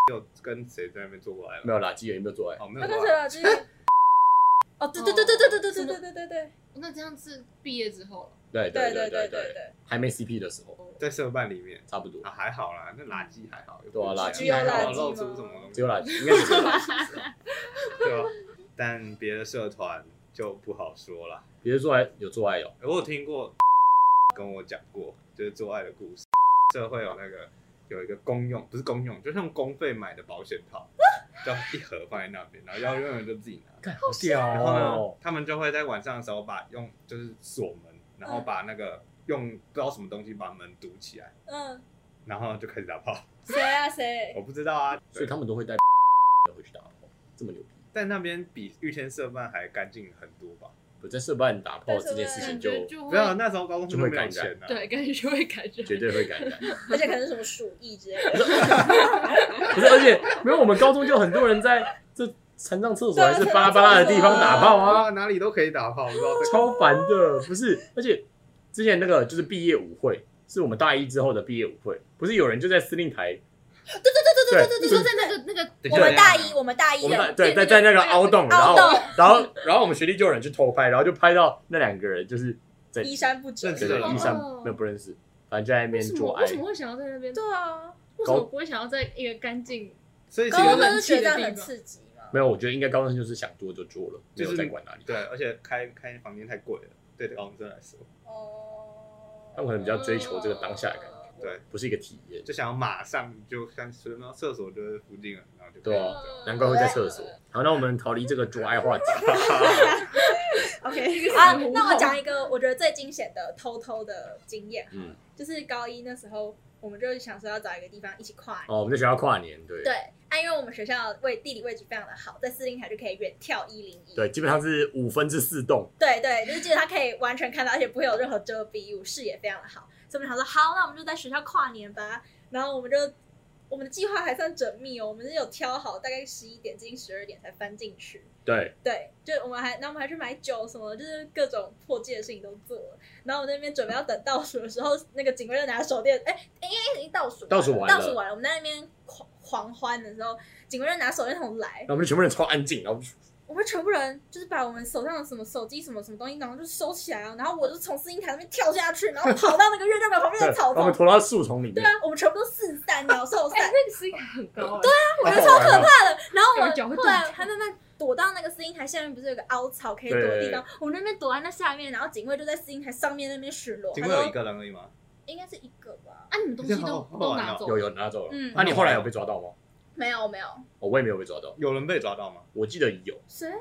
S3: 有跟谁在那边做过爱吗？
S4: 没有垃圾有没有做爱？
S3: 哦，没
S5: 那
S3: 有
S5: 个
S3: 做
S5: 谁
S3: 爱。
S5: 了，就是哦，对对对对对对对对对对对对
S2: 那这样是毕业之后了，
S4: 对
S5: 对对
S4: 对
S5: 对
S4: 对
S5: 对，对，
S4: 还没 CP 的时候
S3: 在社办里面
S4: 差不多
S3: 啊，，还好啦，那垃圾还好，
S4: 对啊垃圾
S3: 又不是
S4: 还
S3: 没
S4: 好
S3: 有露出什么东
S4: 只
S3: 西，
S4: 有垃圾，应该是只有垃圾
S3: 对吧？但别的社团就不好说了。
S4: 比如说还有做爱哦，
S3: 我有听过跟我讲过，就是做爱的故事，社会有那个有一个公用，不是公用，就是用公费买的保险套，就一盒放在那边，然后要用的就自己拿。
S4: 好屌哦
S3: 然后呢，！他们就会在晚上的时候把用就是锁门，然
S5: 嗯
S3: 后把那个用不知道什么东西把门堵起来，
S5: 嗯，
S3: 然后就开始打炮。
S5: 谁啊谁？
S3: 我不知道啊，
S4: 所以
S3: 对
S4: 他们都会带 回去打炮，这么牛逼。
S3: 但那边比御天社办还干净很多吧？
S4: 我在社办打炮
S5: 在社
S4: 这
S5: 办
S4: 件事情
S2: 感
S4: 就
S2: 觉就
S3: 不要，
S2: 会
S3: 那时候高中生
S4: 就会
S3: 没有
S4: 感染
S3: 钱啊。
S2: 对，感觉就会感觉
S4: 绝对会感染。
S5: 而且可能是什么鼠疫之类的，
S4: 不是，而且没有我们高中就很多人在这残障啊厕所还是巴拉巴拉的地方打炮啊，
S3: 啊，哪里都可以打炮，我不知道这个
S4: 超烦的。不是，而且之前那个就是毕业舞会，是我们大一之后的毕业舞会，不是有人就在司令台，对对对
S2: 你说在那个那个
S3: 对
S5: 我们大一我们大一
S4: 我们在
S5: 的
S4: 哎对在在那个凹洞，然
S5: 凹
S4: 后
S5: 洞
S4: 然后然后我们学弟就有人去偷拍，然后就拍到那两个人就是在
S5: 衣衫不整
S3: 认，
S4: 对
S3: 识的
S4: 对，
S3: 人
S4: 医
S3: 吗
S4: 生没有不认识，反正就在那
S2: 为
S4: 边
S2: 什
S4: 做
S2: 么
S4: 爱
S2: 为。什么会想要在那边？
S5: 对啊，
S2: 为什么不会想要在一个干 净？
S3: 所以其
S5: 高中
S3: 实
S5: 生学长很刺激嘛，
S4: 没有，我觉得应该高中生就是想做就做了，没
S3: 就是
S4: 有在管哪里。
S3: 对，而且开开房间太贵了，对高中生来说，
S5: 哦，
S4: 他们可能比较追求这个当下的感觉，
S3: 对，
S4: 不是一个体验。
S3: 就想要马上就像随便到厕所就是附近了，然后就
S4: 对啊
S3: 开始
S4: 难怪会在厕所。好，那我们逃离这个做爱话题。
S5: OK 啊，那我讲一个我觉得最惊险的偷偷的经验，
S4: 嗯，
S5: 就是高一那时候，我们就想说要找一个地方一起跨年。
S4: 哦，我们在学校跨年，对
S5: 对，啊，因为我们学校位地理位置非常的好，在司令台就可以远眺一零一。
S4: 对基本上是五分之四栋。
S5: 对对，就是记得它可以完全看到，而且不会有任何遮蔽物，视野非常的好。所以我们想说，好，那我们就在学校跨年吧。然后我们就我们的计划还算缜密哦，我们是有挑好，大概十一点接近十二点才翻进去。
S4: 对，
S5: 对，就我们还，然后我们还去买酒什么，就是各种破戒的事情都做了。然后我那边准备要等倒数的时候，那个警卫就拿手电，哎、应该已经倒数了，
S4: 倒数完了
S5: 倒数完了。我们在那边狂狂欢的时候，警卫就拿手电筒来
S4: 然，后我们就全部人超安静，然后
S5: 我们全部人就是把我们手上的什么手机什么什么东西，然后就收起来啊。然后我就从司令台那边跳下去，然后跑到那个月亮表旁边
S4: 对，
S5: 的
S4: 把
S5: 草
S4: 我
S5: 丛
S4: 们。投到树丛里
S5: 对
S4: 面，
S5: 啊，我们全部都四散鸟兽
S2: 哎，
S5: 散。
S2: 那个声音很高，啊对，
S4: 我觉得超可怕。
S5: 对然后我
S2: 有脚会啊
S5: 们
S2: 动
S5: 后来还慢慢躲到那个司令台下面，不是有个凹槽可以躲的地方？我们那边躲在那下面，然后警卫就在司令台上面那边巡逻。
S3: 警
S5: 他
S3: 卫有一
S5: 说
S3: 个人而已吗？
S5: 应该是一个吧？
S2: 啊，你们东西都都拿走，哦
S4: 有有拿
S3: 哦
S4: 走了。
S5: 嗯
S3: 啊
S4: 那你后来有被抓到吗？
S5: 没有没有，
S4: 哦，我也没有被抓到，
S3: 有人被抓到吗？
S4: 我记得有，
S5: 谁？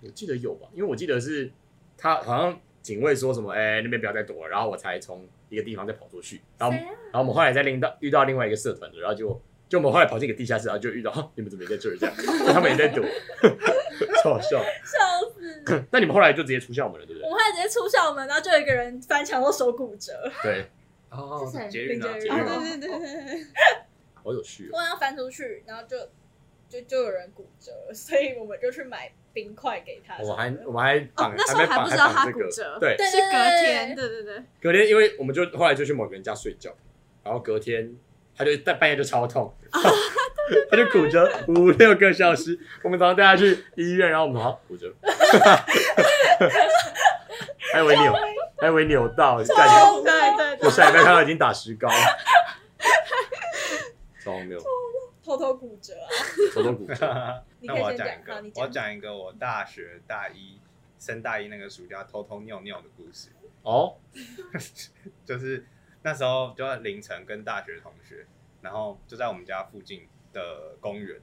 S4: 我记得有吧，因为我记得是他好像警卫说什么，哎、那边不要再躲了，然后我才从一个地方再跑出去，然后
S5: 谁啊
S4: 然后我们后来再另到遇到另外一个社团的，然后就就我们后来跑进一个地下室，然后就遇到哈你们怎么也在这儿这样，他们也在躲， 超好笑。
S5: 笑死！
S4: 那你们后来就直接出校门了，对不
S5: 我们
S4: 对？
S5: 后来直接出校门，然后就有一个人翻墙，都手骨折。
S4: 对，
S3: 哦
S2: 是谁
S3: 捷运啊，
S5: 林杰宇
S3: 捷运啊，
S5: 对对对对对。
S4: 好有趣
S5: 突
S4: 哦。
S5: 然要翻出去，然后就就就有人骨折，所以我们就去买冰块给他。
S4: 我们还我们还绑，
S1: 哦那时候
S4: 没
S1: 还
S4: 绑，
S1: 不
S4: 还
S1: 知道
S4: 绑
S1: 他
S4: 这个
S1: 骨折
S4: 对，
S5: 对
S1: 是
S5: 对
S1: 隔天，。对对对，
S4: 隔天因为我们就后来就去某个人家睡觉，然后隔天他就在半夜就超痛，
S1: 啊
S4: 他就骨折五六个小时。我们早上带他去医院，然后我们好骨 折， 还以为扭，还以为扭到，感觉
S5: 哦
S1: 对对
S4: 我
S1: 对，
S4: 下礼拜看到已经打石膏，超没有，
S5: 偷偷骨折啊！
S4: 头都骨折。
S5: 你
S3: 啊那
S5: 可以
S3: 我要
S5: 先
S3: 讲一
S5: 好，
S3: 个
S5: 你，
S3: 我要讲一个我大学大一升大一那个暑假偷偷尿尿的故事，
S4: 哦，
S3: 就是那时候就在凌晨跟大学同学，然后就在我们家附近的公园，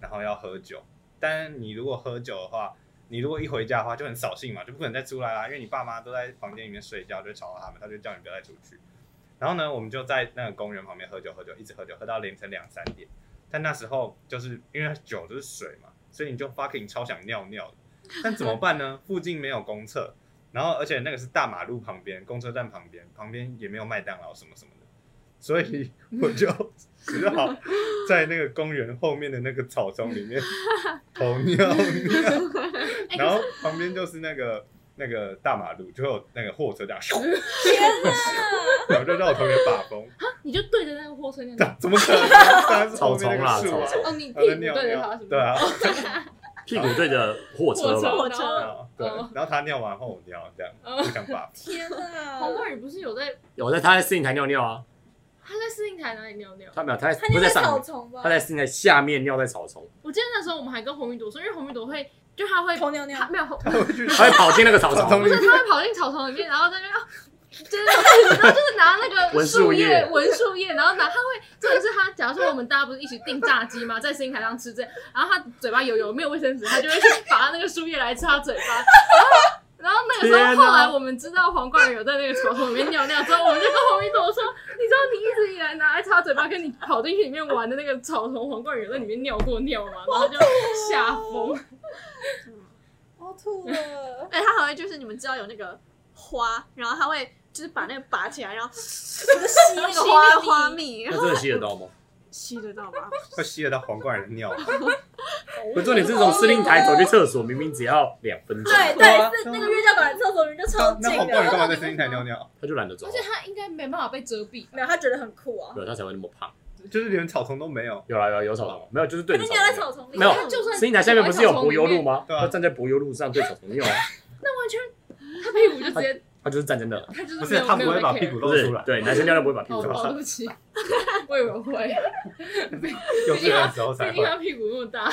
S3: 然后要喝酒。但你如果喝酒的话，你如果一回家的话就很啊扫兴嘛，就不可能再出来啦，因为你爸妈都在房间里面睡觉，就会吵到他们，他就叫你不要再出去。然后呢，我们就在那个公园旁边喝酒，喝酒，一直喝酒，喝到凌晨两三点。但那时候就是因为酒就是水嘛，所以你就 fucking 超想尿尿的。但怎么办呢？附近没有公厕，然后而且那个是大马路旁边，公车站旁边，旁边也没有麦当劳什么什么的，所以我就只好在那个公园后面的那个草丛里面投
S2: 哎
S3: 尿尿，然后旁边就是那个那个大马路，就有那个货车这样，咻
S5: 天哪！
S3: 然后就让我同学把风，
S2: 你就对着那个货车那样
S3: 怎么可能？当然是后面
S4: 草丛
S3: 那
S4: 啦，
S3: 个树
S4: 草
S3: 啊，
S2: 哦，
S4: 丛，
S2: 你屁股
S3: 然后在
S2: 对着
S3: 尿
S2: 它
S3: 尿
S2: 是，吗？哦
S3: 对啊，
S4: 屁股对着货车吧，
S2: 货
S1: 货
S2: 车
S1: 车
S2: 然后，
S3: 啊对
S2: 哦，
S3: 然后他尿完后我尿，这样
S2: 嗯
S3: 不想把风。
S5: 天 哪！
S2: 红豆你不是有在
S4: 有在他在司令台尿尿啊，
S2: 他在司令台哪里尿尿？
S4: 他没有，他在
S5: 他
S4: 不
S5: 那个
S4: 是
S5: 草
S4: 在上，
S5: 丛吧？
S4: 他在司令台下面尿在草丛，
S2: 我记得那时候我们还跟红云朵说，因为红云朵会，就他会，
S5: 偷尿尿
S2: 他，没有，红
S3: 他会去
S4: 他会跑进那个草
S3: 草丛
S4: 丛
S2: 不
S3: 里
S4: 里，
S2: 是他会跑进草丛里面，然后在那边，哦 就是然后就是拿那个
S4: 文
S2: 树
S4: 树叶
S2: 叶、文树叶，然后拿他会，重点是他，假如说我们大家不是一起订炸鸡嘛，在司令台上吃这，然后他嘴巴有油，没有卫生纸，他就会去拔那个树叶来吃他嘴 巴，然后。然后那个时
S4: 天
S2: 候，
S4: 哪
S2: 后来我们知道黄冠有在那个草丛里面尿尿之后，我们就跟红一朵说：“你知道你一直以来拿来擦嘴巴，跟你跑进去里面玩的那个草丛，黄冠有在里面尿过尿吗？”然后就吓 疯。
S5: 我吐 了。
S1: 哎，他好像就是你们知道有那个花，然后他会就是把那个拔起来， 然后吸那个花
S5: 吸
S1: 花蜜，然
S4: 那
S1: 后
S4: 真的吸得到吗？
S1: 吸得到 吧？
S3: 会吸得到皇冠人的 尿，
S4: 不是，你是从司令台走去厕所，明明只要两分钟，
S5: 对对，哎是那个月教馆厕所人就超近
S3: 那皇冠人干
S5: 的，
S3: 嘛在司令台尿尿？
S4: 他就懒得走
S2: 而，且他应该没办法被遮蔽吧。
S5: 没有他觉得很酷啊。
S4: 对，他才会那么胖。
S3: 就是连草丛都没有，
S4: 有啦有啦有草丛，啊没有就是对
S5: 他
S4: 着
S5: 就
S4: 草
S5: 尿在
S4: 丛。
S5: 草丛里，
S4: 没有
S5: 他就
S2: 就算
S4: 司令台下面不是有柏油路
S2: 吗？
S4: 吗？
S3: 对啊
S4: 他站在柏油路上对草丛尿啊，
S2: 那完全他屁股就直接，
S4: 他就是站在那，
S2: 他就是
S3: 不
S2: 没
S3: 是
S2: 有
S3: 他不会把
S2: 没有在
S3: 屁股
S2: care
S3: 露
S4: 不是
S3: 出来，
S4: 对，男生尿尿不会把屁股
S2: 哦
S4: 露出
S2: 哦，
S4: 来
S2: 对，不起，我以为 会，
S3: 幼稚园的时候才
S2: 毕竟。
S3: 会
S2: 他屁股那么 大。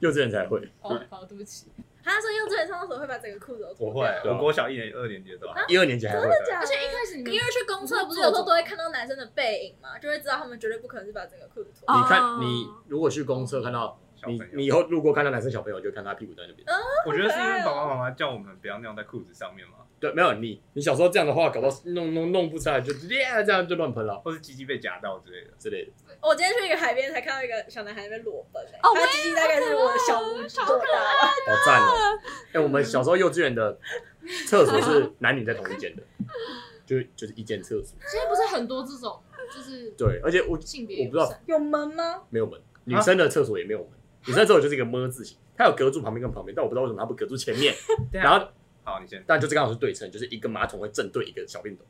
S4: 幼稚园才会。
S2: 哦，好，对不起。
S5: 他说幼稚园上厕所会把整个裤子都脱
S3: 我
S5: 掉。
S3: 会，
S4: 对啊
S3: 我国小一年级二年级的时候，啊
S4: 一二年级还会
S5: 真，的假的？
S2: 而且一开始你们
S5: 因为去公厕不是有时候都会看到男生的背影嘛，就会知道他们绝对不可能是把整个裤子脱掉。
S4: 你
S2: 哦
S4: 看你如果去公厕看到
S3: 小朋
S4: 你
S3: 友，
S4: 你以后路过看到男生小朋友，就看他屁股在那边。
S3: 我觉得是
S5: 哎
S3: 因为爸爸妈妈叫我们不要尿在裤子上面嘛，
S4: 对，没有你你小时候这样的话，搞不好弄弄弄不出来，就耶这样就乱喷了
S3: 或是鸡鸡被夹到之类的。
S4: 之类的。
S5: 哦我今天去一个海边才看到一个小男孩在那边裸奔、欸，
S2: 哦
S5: 他鸡鸡大概是我的小拇指多大，
S4: 好赞哦！哎，我们小时候幼稚园的厕所是男女在同一间的， 就是就是一间厕所。
S2: 现在不是很多这种，就是
S4: 对，而且我
S2: 性别
S4: 我不知道
S2: 友善
S5: 有门吗？
S4: 没有门，女生的厕所也没有门，女生的厕所就是一个么字形，它有隔住旁边跟旁边，但我不知道为什么它不隔住前面，
S3: 对啊
S4: 然后
S3: 好，你先。
S4: 但就是刚好是对称，就是一个马桶会正对一个小便斗，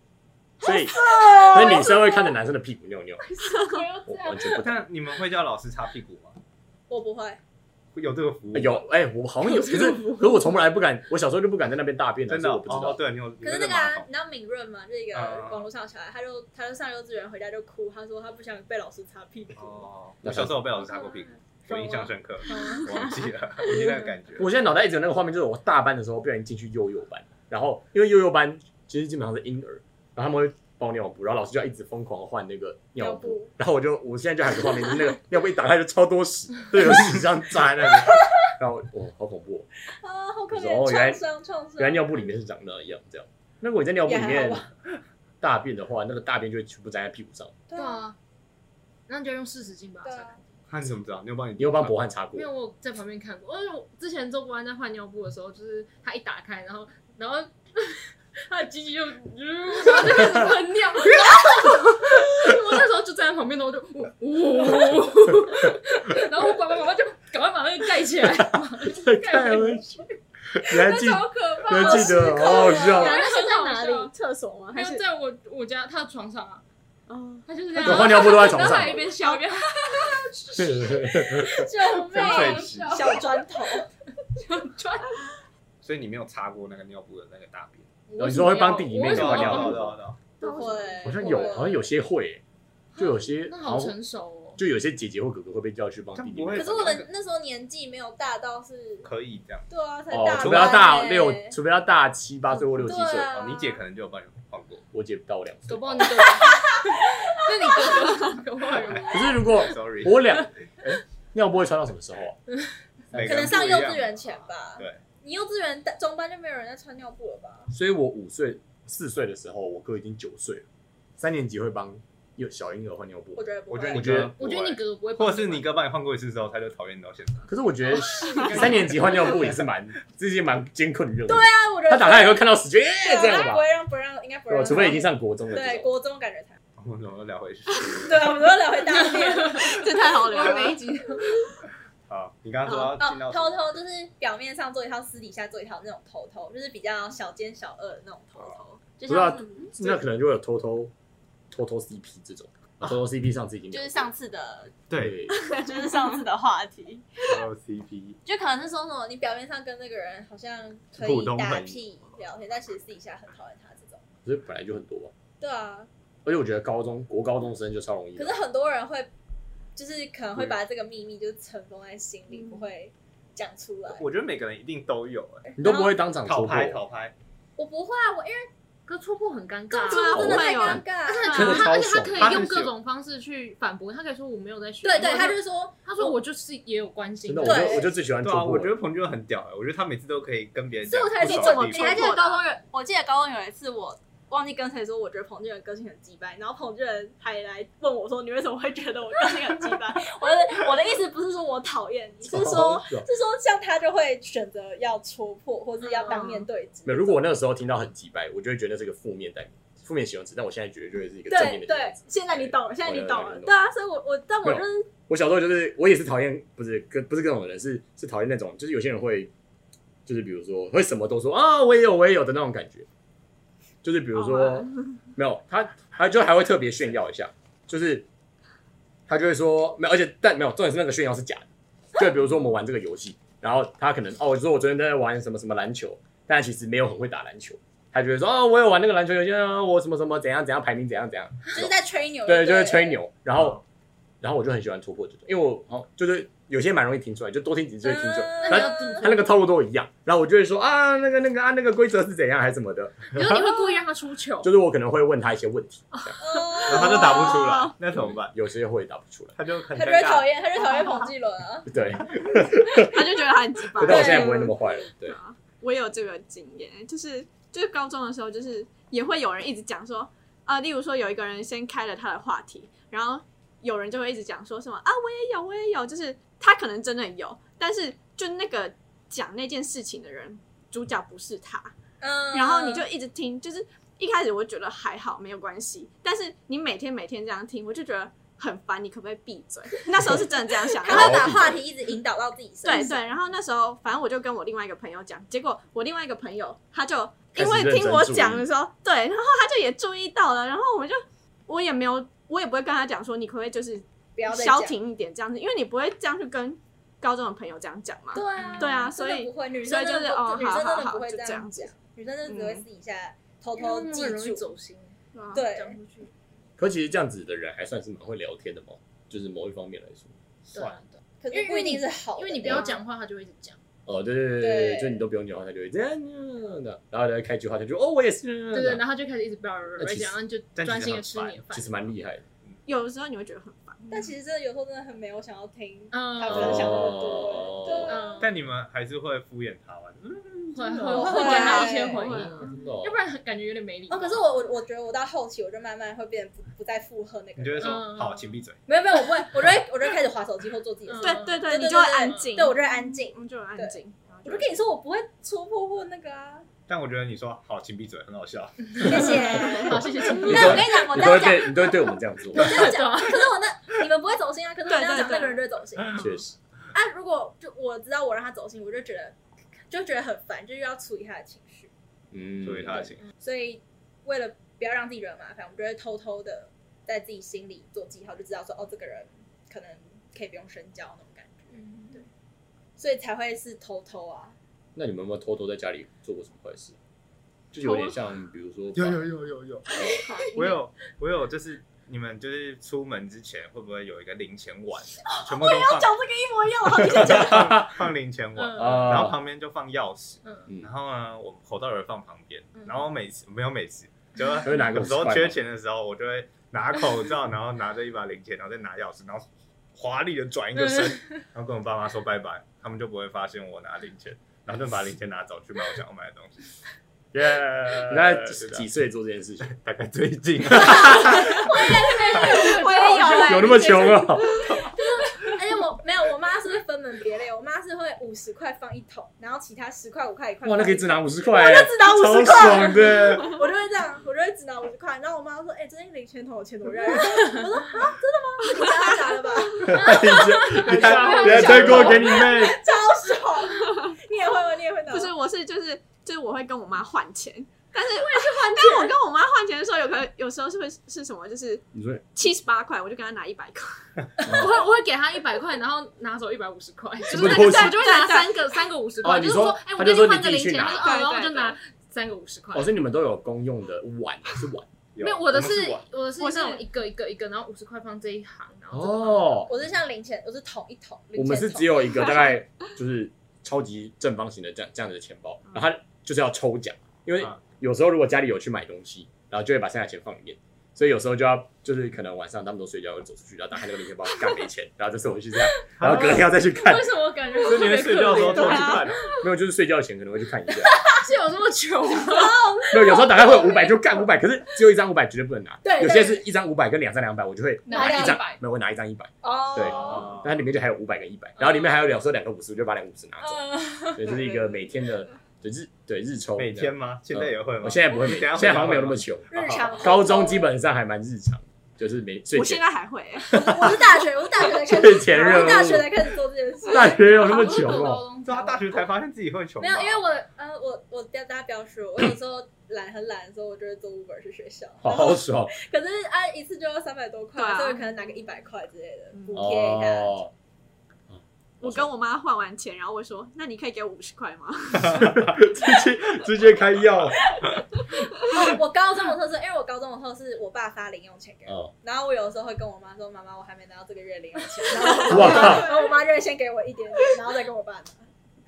S4: 所以所以女生会看着男哦生的啊屁股尿尿，
S2: 我要这
S4: 我
S2: 样
S4: 完。全不懂。
S3: 那你们会叫老师擦屁股吗？
S5: 我不会，
S3: 会有这个服务？
S4: 有，哎、我好像有，可是可是我从 来不敢，我小时候就不敢在那边大便啊，
S3: 真
S4: 所
S3: 的
S4: 以
S3: 哦
S4: 我不知道。
S3: 哦，对，你有。
S5: 可是那
S3: 你有
S5: 个
S3: 马
S5: 啊
S3: 桶，
S5: 你知道敏润嘛，就是一个
S3: 嗯
S5: 网络上的小孩，他就他就上幼稚园回家就哭，他说他不想被老师擦屁股。
S3: 哦，我小时候有被老师擦过屁股，我印象深刻，
S5: 嗯
S3: 忘记了，忘记那个感觉。
S4: 我现在脑袋一直有那个画面，就是我大班的时候不小心进去幼幼班，然后因为幼幼班其实基本上是婴儿，然后他们会包尿布，然后老师就要一直疯狂地换那个尿布，
S5: 尿布
S4: 然后我就我现在就还有个画面，就是那个尿布一打开就超多屎，就有屎这样扎在 那里，然后我、哦、好恐怖、哦，
S5: 啊，好可
S4: 哦
S5: 怜，
S4: 原来
S5: 创伤创伤。
S4: 原来尿布里面是长那样这样。那如果你在尿布里
S5: 也还
S4: 面
S5: 好
S4: 大便的话，那个大便就会全部粘在屁股上。
S5: 对
S2: 对
S5: 啊，
S2: 啊，那你就用四十斤吧
S5: 对。啊，
S3: 那你怎么知道？你有帮你？
S4: 你有帮博汉擦过
S2: 因为？我在旁边看过，因为我之前周国安在换尿布的时候，就是他一打开，然后然后 他的鸡鸡就然后就开始喷尿，然后我那时候就站在旁边，然后我就呜呜，然后我爸爸妈妈就赶快把那个盖起来，
S4: 太危险！你还记
S2: 那超可
S4: 你
S2: 怕
S4: 还
S2: 的。
S4: 记得？好好笑
S5: 对啊。
S2: 那时候
S1: 在哪
S2: 好
S1: 里
S2: 笑？
S1: 厕所吗？还
S2: 然后
S1: 是
S2: 在我我家他的床上啊，
S1: 哦，
S2: 他就是这样，
S4: 我换尿布都在床
S2: 然后
S4: 上
S2: 他。还一边笑一边
S5: 救命！
S3: 真神奇
S5: 小砖头，
S2: 穿。
S3: 所以你没有擦过那个尿布的那个大便。
S4: 哦你说会帮弟弟妹
S2: 为什么
S4: 换尿
S2: 要
S4: 布
S3: 对啊对啊对啊
S5: 不会，
S4: 好像有
S5: 不，会
S4: 好像有些会耶，就有些
S2: 那
S4: 好
S2: 好
S4: 像
S2: 成熟哦。
S4: 就有些姐姐或哥哥会被叫去帮弟弟
S3: 但不会
S4: 妹
S5: 可是我的那时候年纪没有大到是，
S3: 可以这样。
S5: 对啊，才
S4: 哦
S5: 大，班
S4: 除非要大
S5: 欸
S4: 六，除非要大七八岁或六七岁
S5: 对，啊
S3: 哦，你姐可能就有帮你换过。
S4: 我姐大我两岁
S2: 搞。不好你哥哥，那你哥哥搞不好有
S4: 可是如
S5: 嗯
S4: 果
S3: Sorry，
S4: 我两，哎尿布会穿到什么时候啊？
S3: 每
S5: 可
S3: 个人
S5: 能上
S3: 不一
S5: 幼
S3: 样
S5: 稚园前吧。
S3: 对，
S5: 你幼稚园大中班就没有人在穿尿布了吧？
S4: 所以我五岁、四岁的时候，我哥已经九岁了，三年级会帮幼小婴儿换尿布
S5: 我，觉得不
S3: 我觉得你
S5: 会。啊
S4: 觉得
S3: 哥
S2: 我觉得你哥哥不会帮
S3: 或
S2: 忙，
S3: 者是你哥帮你换过一次之后，他就讨厌你到现在。
S4: 可是我觉得
S5: 哦
S4: 三年级换尿布也是蛮， 这是一件蛮艰困的任务。对啊，
S5: 但我觉得啊
S4: 他打开以后看到死绝这样
S5: 他
S4: 吧
S5: 不，会让不让，应该不会
S4: 对吧，啊
S5: 让。
S4: 除非已经上国中了
S5: 对
S4: 这种。
S5: 国中感觉才。
S3: 我怎么又聊回去？
S5: 对，啊我们都聊回大 便。
S1: 这太好聊
S2: 我每
S1: 了
S2: 一。集
S3: 好，你刚刚说要进
S5: 哦，
S3: 到
S5: 偷偷就是表面上做一套，私底下做一套那种偷偷，就是比较小奸小恶的那种偷
S3: 哦
S5: 偷。
S2: 就
S4: 不知道
S2: 像是
S4: 那可能就会有偷偷偷偷 CP 这种，啊偷偷 CP 上次已经
S2: 就
S4: 聊
S2: 是
S4: 过
S2: 上次的，
S3: 对，
S2: 就是上次的话题，
S3: 还有 CP，
S5: 就可能是说什么，你表面上跟那个人好像可
S3: 普
S5: 以
S3: 通
S5: 打
S3: 朋友
S5: 屁聊天，但其实私底下很讨厌他这种。
S4: 可是本来就很多吧，
S5: 对啊，
S4: 而且我觉得高中国高中生就超容易
S5: 可
S4: 的。
S5: 是很多人会，就是可能会把这个秘密就是尘封在心里，
S1: 嗯
S5: 不会讲出来。
S3: 我觉得每个人一定都有哎，
S4: 你都不会当场
S3: 讨
S4: 戳破，
S3: 拍讨拍，
S5: 我不会啊，我因为
S2: 可戳破很尴尬
S5: 这
S2: 啊，
S1: 对啊
S5: 真的太
S1: 不会
S5: 尴
S1: 哦
S5: 尬
S2: 而且
S5: 了。
S4: 真的
S2: 他，
S4: 超
S2: 而且他
S4: 爽
S2: 可
S3: 他
S2: 以
S3: 很
S2: 用各
S3: 喜
S2: 种方式去反驳，他可以说我没有在学，
S5: 对对，
S2: 或者
S5: 他就是说，
S2: 他说我就是也有关心
S4: 真的，我
S5: 对
S4: 就我就最喜欢
S3: 对
S4: 戳
S3: 啊，
S4: 破
S3: 我觉
S4: 了。
S3: 得彭俊很屌哎，我觉得他每次都可以跟别人
S5: 所
S3: 讲
S5: 以
S3: 不
S5: 我
S3: 爽
S5: 才你怎
S3: 的地方，
S5: 么，你
S1: 错
S5: 还记
S1: 错
S5: 得
S1: 的
S5: 高中有，我记得高中有一次我忘记跟谁说，我觉得彭俊仁个性很鸡掰，然后彭俊仁还来问我说，你为什么会觉得我个性很鸡掰？我的我的意思不是说我讨厌你，是
S4: 超
S5: 说。
S4: 爽
S5: 是说，像他就会选择要戳破，或是要当面对质。
S4: 没有，如果我那个时候听到很击败，我就会觉得这个负面代名词负面形容词，但我现在觉得就会是一个正面
S5: 对
S4: 的形
S5: 对
S4: 容词。，
S5: 现在你懂了，现在你懂
S4: 我
S5: 了，
S4: 懂
S5: 对啊，所以我我但我就是
S4: 我小时候就是我也是讨厌，不是跟不是各种人，是是讨厌那种，就是有些人会，就是比如说会什么都说啊，我也有我也有的那种感觉，就是比如
S1: 好
S4: 说 没有他，他就还会特别炫耀一下，就是他就会说没有，而且但没有重点是那个炫耀是假的，就比如说我们玩这个游戏，然后他可能哦，我就说我昨天在玩什么什么篮球，但其实没有很会打篮球。他就会说啊、我有玩那个篮球游戏啊，我什么什么怎样怎样排名怎样怎样，
S5: 就是在吹牛，
S4: 对，就会吹。牛。然后，然后我就很喜欢突破这种，因为我好就是有些蛮容易听出来，就多听几次就会听出来。
S5: 嗯
S2: 那
S4: 他
S2: 你要怎么
S4: 他那个套路都一样，然后我就会说啊，那个那个啊，那个规则是怎样还是怎么的，
S2: 你说你会故意让他出糗，
S4: 就是我可能会问他一些问题，这样
S3: 然
S5: 然
S3: 后他就打不出
S1: 哦
S3: 来，那怎么办？
S4: 有些会答不出来。
S3: 他就很
S5: 他就会
S3: 尴
S5: 讨
S3: 尬。
S5: 厌，他就讨厌彭继伦啊。
S4: 对，
S1: 他就觉得他很鸡巴。
S4: 但我现在不 会那么坏了。对
S1: 对，啊，我也有这个经验，就是就是高中的时候，就是也会有人一直讲说，啊、例如说有一个人先开了他的话题，然后有人就会一直讲说什么啊，我也有，我也有，就是他可能真的有，但是就那个讲那件事情的人，主角不是他，
S5: 嗯，
S1: 然后你就一直听，就是一开始我觉得还好，没有关系，但是你每天每天这样听，我就觉得很烦，你可不可以闭嘴？那时候是真的这样想，然
S5: 他
S1: 后
S5: 会把话题一直引导到自己身
S1: 对
S5: 上。
S1: 对，然后那时候反正我就跟我另外一个朋友讲，结果我另外一个朋友他就
S4: 开
S1: 因
S4: 始
S1: 为
S4: 认
S1: 听
S4: 真
S1: 我
S4: 注
S1: 讲
S4: 意
S1: 的时候，对，然后他就也注意到了，然后我们就我也没有，我也不会跟他讲说你可不可以就是
S5: 不要再讲
S1: 消。停一点这样子，因为你不会这样去跟高中的朋友这样讲嘛。
S5: 对啊，
S1: 对啊
S5: 真的
S1: 所以
S5: 不会，女
S1: 所
S5: 生
S1: 以
S5: 真
S1: 就是
S5: 的不
S1: 哦
S5: 女
S1: 好
S5: 生真
S1: 好
S5: 的
S1: 好
S5: 不会
S1: 就这
S5: 样
S1: 样
S5: 讲，女生真的只
S1: 嗯
S5: 会私底下偷
S2: 因为他
S5: 偷
S2: 们
S5: 记
S2: 很容易
S5: 住。
S2: 走心，
S1: 对啊
S5: 对
S2: 讲出去，
S4: 可其实这样子的人还算是蛮会聊天的嘛，就是某一方面来说。
S2: 对
S3: 算
S2: 啊，对啊，
S5: 可
S2: 因为
S5: 是不一定是好的，
S2: 因为你不要讲话，他就会一直讲，
S4: 哦，对对对对，
S5: 对
S4: 就你都不用讲话，他就会这样的，然后他开句话，他就哦，我也是，
S2: 对对，然后就开始一直叭叭叭叭
S4: 其实
S2: 讲，然后你就
S3: 但其实
S2: 专心的
S3: 很
S2: 吃你的饭
S4: 其，实蛮厉害的。
S1: 有的时候你会觉得很烦，
S5: 但其实真的有时候真的很没有想要听
S2: 嗯，
S5: 他分享那么
S4: 哦
S3: 哦
S5: 多，对啊，
S2: 嗯，
S3: 但你们还是会敷衍他玩，嗯
S2: 会
S4: 真的
S2: 会
S4: 哦
S2: 会给他一些回
S1: 会
S2: 应，
S1: 啊
S4: 真的哦
S2: 要不然很感觉有点没礼貌。
S5: 哦，可是我我我觉得我到后期我就慢慢会变得不不再附和那个
S3: 你就会
S5: 人，
S3: 说
S2: 嗯
S3: 好，请闭嘴。
S5: 没有没有，我不会，我就会我就会开始划手机或做自己
S4: 嗯
S5: 的事，
S1: 对对
S5: 对
S1: 对，你
S5: 对
S1: 就会
S5: 对
S1: 安静，
S5: 对我就会安静
S1: 我。们就会
S5: 对
S1: 安静。然后
S5: 我
S1: 就
S5: 就跟你说，我不会戳破或那个 啊，
S3: 但我觉得你说好，请闭嘴，很好笑。
S5: 谢谢。
S2: 好，谢谢请
S4: 你
S5: 但
S4: 说
S5: 我跟你讲，我
S4: 你
S5: 哦这
S4: 都
S5: 样
S4: 会
S5: 讲，
S4: 对，你都会对我们这样做，
S5: 我这样讲， 可是我那你们不会走心啊，可是我这样讲，
S1: 对对对
S5: 那个人就会走心。
S4: 确实。
S5: 啊，如果就我知道我让他走心，我就觉得就觉得很烦，就又要处理他的情绪，
S4: 嗯，
S3: 注意他的情绪，
S5: 所以为了不要让自己惹麻烦，我们就会偷偷的在自己心里做记号，就知道说哦，这个人可能可以不用深交那种感觉，
S4: 嗯
S5: 对，所以才会是偷偷 啊。
S4: 那你们有没有偷偷在家里做过什么坏事？就是有点像，比如说，
S3: 有有有，
S1: 好
S3: 我有我有，就是你们就是出门之前会不会有一个零钱 碗，
S2: 哦
S3: 全部都放
S1: 讲这个一模一 样，我好像讲
S3: 放 放零钱碗，
S2: 嗯
S4: 啊，
S3: 然后旁边就放钥匙，
S2: 嗯，
S4: 嗯
S3: 然，后呢，我口袋儿放旁边
S2: 嗯，
S3: 然后每次没有每次， 就是
S4: 会拿个
S3: 有时候
S4: 五十块
S3: 缺
S4: 吗
S3: 钱的时候，我就会拿口罩，然后拿着一把零钱，然后再拿钥匙，然后华丽的转一个身，
S2: 嗯
S3: 然后跟我爸妈 说拜拜，他们就不会发现我拿零钱，然后就把零钱拿走去买我想要买的东西。耶！
S4: 你大概
S3: 是
S4: 几
S3: 的
S4: 几岁做这件事情？
S3: 大概最近啊
S1: 我也有欸，
S4: 有那么穷啊？
S5: 而且我没有，我妈是会分门别类，我妈是会五十块放一桶，然后其他十块、五块、一块。
S4: 哇，那可以只拿五十块
S5: 我
S4: 欸，
S5: 就只拿五十
S4: 超
S5: 块，
S4: 爽的。
S5: 我就会这样，我就会只拿五十块。然后我妈说：“哎、最近零钱筒有钱怎么样？”我说：“啊，真的吗？你家拿了吧，
S4: 哎你还你还推锅给你妹，
S5: 超爽！你也会吗？你也会拿？
S1: 不是，我是就是就是我会跟我妈换钱，但是我也是 换，但我跟我妈换钱的时候，有可能有时候是会是什么，就是
S4: 你说哦
S1: 七十八块，我就跟她拿一百块，
S2: 我 会我会给他一百块，然后拿走一百五十块，就
S4: 什
S2: 是
S4: 么
S2: 那
S4: 东
S2: 个
S4: 西
S2: 对，我就会拿三个三个五十
S4: 哦
S2: 块，
S4: 你
S2: 就是
S4: 说
S2: 哎，
S4: 他
S2: 我
S4: 就
S2: 跟
S4: 说
S2: 你换
S4: 你
S2: 个
S4: 自己
S2: 零
S4: 去
S2: 钱，
S4: 拿
S2: 他说哦，然后我就
S1: 对对
S2: 拿三个五十块
S4: 哦，。所以你们都有公用的碗是碗
S2: 没有，我的是
S3: 碗
S2: 我的是
S1: 我是
S2: 那种一个一个一个，然后五十块放这一行，然后这个
S4: 哦。
S5: 我是像零钱，我是桶一桶。零
S4: 我
S5: 钱
S4: 们是
S5: 筒
S4: 只有一个大概就是超级正方形的这样这样子的钱包，然后它就是要抽奖，因为
S3: 嗯
S4: 有时候如果家里有去买东西，然后就会把剩下的钱放里面，所以有时候就要就是可能晚上他们都睡觉，就走出去，然后打开那个零钱包，干没钱，然后这次我去这样，然后隔天要再去 看
S2: 为，什么我感觉
S3: 所以你
S2: 特
S3: 们
S2: 别
S3: 睡觉的时候
S2: 可
S3: 偷
S2: 怜
S3: 去看，
S4: 没有就是睡觉前可能会去看一下，
S2: 是有这么穷吗？
S4: 没有有时候打开会有五百就干五百，可是只有一张五百绝对不能拿，
S5: 对对
S4: 有些是一张五百跟两张两百，我就会
S2: 拿
S4: 一
S5: 两
S4: 张
S2: 百，
S4: 没有我拿一张一百，对
S5: 哦，
S3: 哦
S4: 但它里面就还有五百跟一百，然后里面还有两说两个五十，我就把两个五十拿走。
S5: 嗯，
S4: 对，这是一个每天的，对日对日抽。
S3: 每天，吗？现在也会吗？
S4: 啊我现在不会每，
S3: 你等
S4: 现
S3: 一下
S4: 在好像没有那么久。
S5: 日常
S4: 高中基本上还蛮日常，就是每睡
S1: 我现
S4: 前
S1: 在还会 欸、
S5: 我是大学，我是大学才开
S4: 睡
S5: 始，
S4: 前
S5: 我
S4: 任
S5: 是大学
S4: 务。
S5: 才开始做这件事。
S4: 大学有那么久
S2: 穷
S4: 哦？
S2: 哦
S3: 到他大学才发现自己会穷吧，
S5: 没有，因为我呃，我我大家不要说，我有时候懒很懒的时候，我就会做 Uber 去学校。
S4: 好好爽
S5: 可是啊，一次就要三百多块，
S1: 对啊
S5: 所以可能拿个一百块之类的
S1: 嗯
S5: 补贴一下。
S4: 哦！
S1: 我跟我妈换完钱，然后我说：“那你可以给我五十 块吗
S4: 直接直接开药
S5: 哦，我高中的时候是，因为我高中的时候是我爸发零用钱给我，
S4: 哦！
S5: 然后我有的时候会跟我妈说：“妈妈，我还没拿到这个月零用钱。”然后
S4: 哇靠！
S5: 然后我妈就会先给我一点点，然后再跟我爸拿。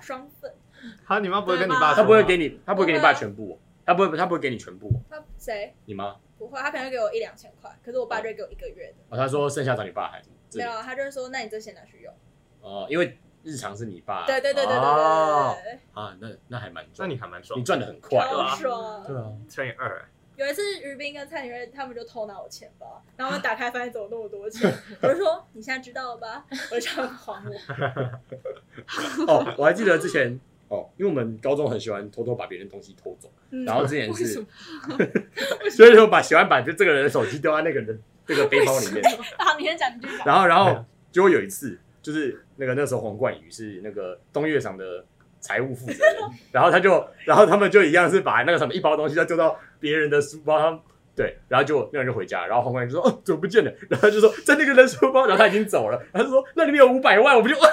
S5: 双份，
S3: 他你妈不会跟你爸说吗，
S4: 他不会给你，他不会给你爸
S5: 不会啊
S4: 全部哦，他不会，他不会给你全部哦。
S5: 他谁
S4: 你妈？
S5: 不会？他可能会给我一两千块，可是我爸就会给我一个月的。
S4: 哦，他说剩下找你爸还这
S5: 没
S4: 里
S5: 有啊，他就会说：“那你这先拿去用。
S4: 哦，因为日常是你爸。
S5: 对”对对对对
S4: 哦
S5: 对对
S4: 啊，那那还蛮
S3: 那
S4: 赚，
S3: 你还蛮爽
S4: 你，赚的很
S5: 对，
S4: 快。
S5: 超
S3: 啊
S5: 爽。
S4: 对啊，
S3: 乘以二，
S5: 有一次，于斌跟蔡明瑞他们就偷拿我钱包，然后我打开发现怎么那么多钱，我就说你现在知道了吧？我就叫他们还我。
S4: 哦，我还记得之前哦，因为我们高中很喜欢偷偷把别人东西偷走，
S5: 嗯
S4: 然后之前
S2: 为什
S4: 是
S2: 么，
S4: 所以就把喜欢把就这个人的手机丢在那个人的那个背包里面，
S5: 好，你先讲，你先讲。
S4: 然后然后结果有一次就是那个那时候黄冠宇是那个东乐赏的财务负责人，然后他就然后他们就一样是把那个什么一包东西要丢到别人的书包上。对，然后就那人就回家，然后黄冠宇就说：“哦，怎么不见了？” 然后就说在那个人书包，然后他已经走了。他就说：“那里面有五百万，我们就哇五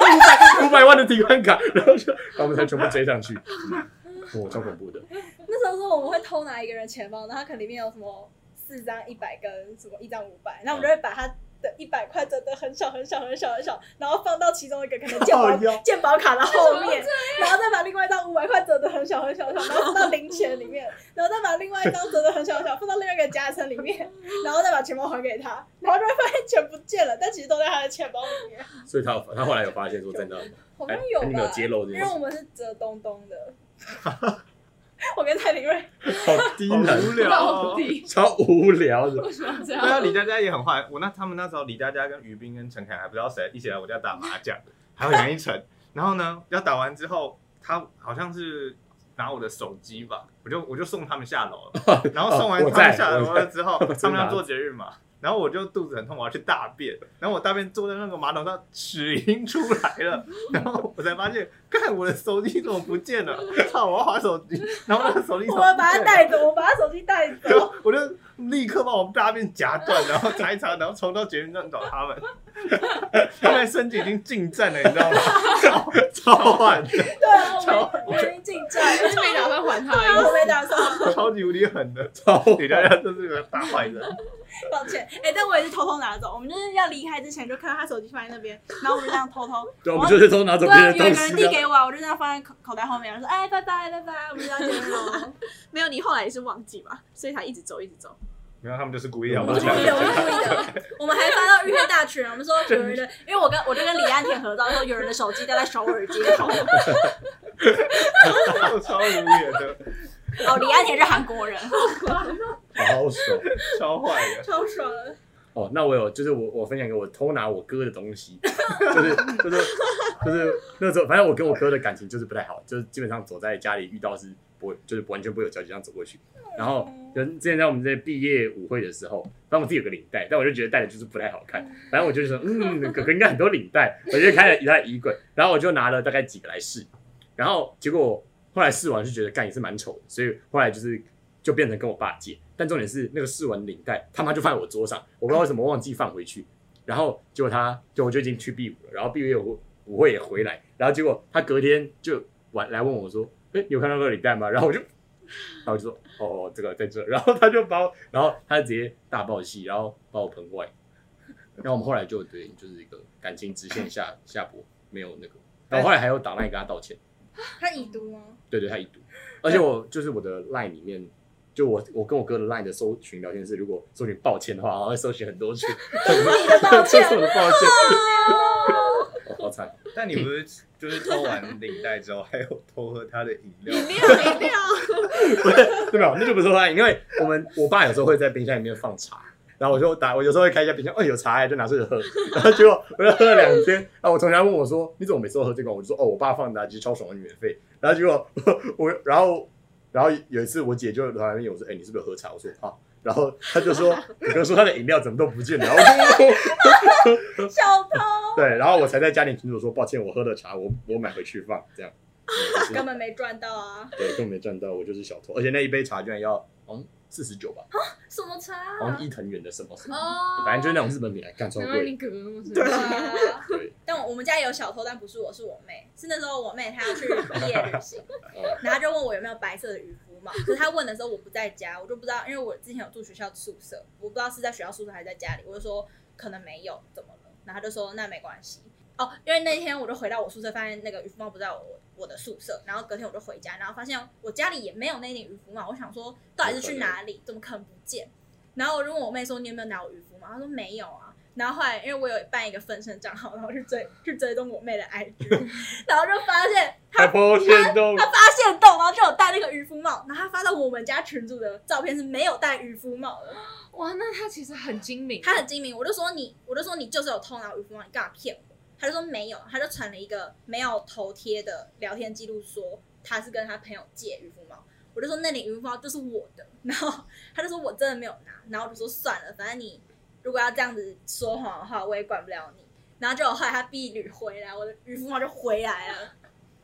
S4: 百五百万的提款卡。”然后就，然后我们才全部追上去。哇、超恐怖 的！
S5: 那时候是我们会偷拿一个人钱包，然后可能里面有什么四张一百跟什么一张五百，那我
S4: 嗯
S5: 们就会把他的一百块折得很小很小很小很小，然后放到其中一个可能 健保
S4: 靠腰
S5: 健保卡的后面，然后再把另外一张五百块折得很小很小很小，然后放到零钱里面，然后再把另外一张折得很小很小放到另外一个夹层里 面，然后再把钱包还给他，然后就会发现钱不见了，但其实都在他的钱包里面，
S4: 所以他有他后来有发现说真的，
S5: 好
S4: 哎
S5: 像有
S4: 哎你们有
S5: 吧？
S4: 揭露这
S5: 因
S4: 件
S5: 为
S4: 事
S5: 我，们是折东东的， 我跟蔡林瑞。
S4: 好低
S3: 好
S4: 能
S3: 无，聊
S2: 到
S3: 哦。
S2: 底
S4: 超无聊的。
S2: 为什么要这
S3: 对啊，
S2: 样？
S3: 李佳佳也很坏。我那他们那时候，李佳佳跟于斌跟陈凯还不知道谁一起来我家打麻将，还有杨一 晨。然后呢，要打完之后，他好像是拿我的手机吧，我就我就送他们下楼 了。然后送完
S4: 我
S3: 他们
S4: 在
S3: 下楼
S4: 我在
S3: 了之后，
S4: 哦我
S3: 他
S4: 在
S3: 们
S4: 哪
S3: 要做节日嘛。然后我就肚子很痛，我要去大便。然后我大便坐在那个马桶上，屎已经出来 了。然后我才发现，看我的手机怎么不见了？操！我要划手机，然后那个手机 怎
S5: 我
S3: 么
S5: 们
S3: 不见了
S5: 把他带走，我把他手机带
S3: 然
S5: 走。
S3: 后我就立刻把我大便夹断，然后查一查，然后冲到捷运站找他们。他们身体已经进站了，你知道吗？超超坏，
S5: 对啊，我们我们已经进站
S2: 我
S5: 了，
S2: 是没打算还他
S5: 对啊，
S2: 的意
S5: 我
S2: 思，
S5: 没打算，
S3: 超级无敌狠的。
S4: 超
S3: 李佳佳就是个大坏人，
S5: 抱歉。哎、但我也是偷偷拿走，我们就是要离开之前就看到他手机放在那边，然后我们就这样偷偷。
S4: 对，我们就是偷拿走
S5: 对
S4: 别
S5: 啊，有
S4: 人的
S5: 一
S4: 东
S5: 个人
S4: 西
S5: 递
S4: 的。
S5: 给我，我就这样放在口口袋后面，然后说：“哎，拜拜拜拜，我们就要见面 了。？”
S1: 没有，你后来也是忘记吧，所以他一直走，一直 走。
S3: 没有，他们就是故意要
S5: 我
S3: 把
S5: 是
S3: 我
S5: 故意的，我是故意的。我们还发到日月大群，我们说有人的，因为我跟我就跟李安田合照，说有人的手机掉在首尔街头。
S3: 超无语的。
S5: 好，
S2: 哦，李安也是韩国人，
S4: 好爽
S3: 超坏的。
S5: 超爽的，
S4: 哦！那我有，就是我我分享给我偷拿我哥的东西， 就是就是就是那时候，反正我跟我哥的感情就是不太好，就是基本上走在家里遇到是不会，就是完全不会有交集，这样走过去。然后
S5: 嗯
S4: 人之前在我们这些毕业舞会的时候，反正我自己有个领带，但我就觉得戴的就是不太好看。反正我就说，嗯，哥哥应该很多领带，我就开了一袋衣柜，然后我就拿了大概几个来试，然后结果后来试完就觉得干也是蛮丑的，所以后来就是就变成跟我爸借。但重点是那个试完领带，他妈就放在我桌上，我不知道为什么忘记放回去。然后结果他就我就已经去 B 五了，然后 B 五我我会也回来，然后结果他隔天就晚来问我说，哎、你有看到那个领带吗？然后我就 然后我就说哦，这个在这，然后他就把我，然后他就直接大爆气，然后把我喷坏。然后我们后来就对，就是一个感情直线下下坡，没有那个。然后后来还有打赖跟他道歉，
S5: 他已读 吗？
S4: 对对，他已读。而且我就是我的 line 里面，就我我跟我哥的 line 的搜寻聊天室，如果搜寻抱歉的话，我会搜寻很多句，
S5: 你的抱
S4: 这
S5: 歉啊
S4: 是我的抱歉，哦、 好惨。
S3: 但你不是就是偷完领带之后，还有偷喝他的饮料？
S1: 没有没有，
S4: 对吧？ 那就不是坏，因为我们我爸有时候会在冰箱里面放茶，然后我就打，我有时候会开一下冰箱，哦，有茶哎，就拿出去喝，然后结果我就喝了两天，然后我同学还问我说，你怎么每次都喝这个？我就说哦，我爸放的啊，其实超爽的免费，然后结果我我然后然后有一次我姐就突然问我说，哎，你是不是有喝茶？我说啊。然后他就说，你哥说他的饮料怎么都不见了，然后我就
S5: 小偷
S4: 对，然后我才在家庭群组说抱歉，我喝了茶，我我买回去放这样，对就是
S5: 根本没赚到啊！
S4: 对，根本没赚到，我就是小偷，而且那一杯茶居然要嗯四十九吧，
S2: 什么差
S4: 好
S5: 嗯
S4: 像伊藤园的什么什么，
S2: 哦
S4: 反正就是那种日本品牌，干超
S2: 难怪你
S4: 贵。
S2: 哥哥那么生
S5: 对
S2: 气
S5: 啊，
S4: 对，
S5: 但我们家也有小偷，但不是我，是我妹。是那时候我妹她要去毕业旅行，
S4: 哦，
S5: 然后她就问我有没有白色的渔夫帽。可是她问的时候我不在家，我就不知道，因为我之前有住学校宿舍，我不知道是在学校宿舍还是在家里，我就说可能没有，怎么了？然后她就说那没关系。哦，因为那天我就回到我宿舍，发现那个渔夫帽不在我我的宿舍，然后隔天我就回家，然后发现我家里也没有那顶渔夫帽，我想说到底是去哪里，怎么可能不见？然后我就问我妹说你有没有拿我渔夫帽？她说没有啊。然后后来因为我有办一个分身账号，然后去追 去追踪我妹的 IG，然后 就发现她
S4: 还抛线动，
S5: 他发现洞，然后就有戴那个渔夫帽，然后他发到我们家群主的照片是没有戴渔夫帽的。
S2: 哇，那他其实很精明，
S5: 他很精明，我就说你，我就说你就是有偷拿渔夫帽，你干嘛骗我？他就说没有，他就传了一个没有头贴的聊天记录，说他是跟他朋友借渔夫帽。我就说那顶渔夫帽就是我的，然后他就说我真的没有拿，然后我就说算了，反正你如果要这样子说谎的话，我也管不了你。然后就后来他避旅回来，我的渔夫帽就回来了。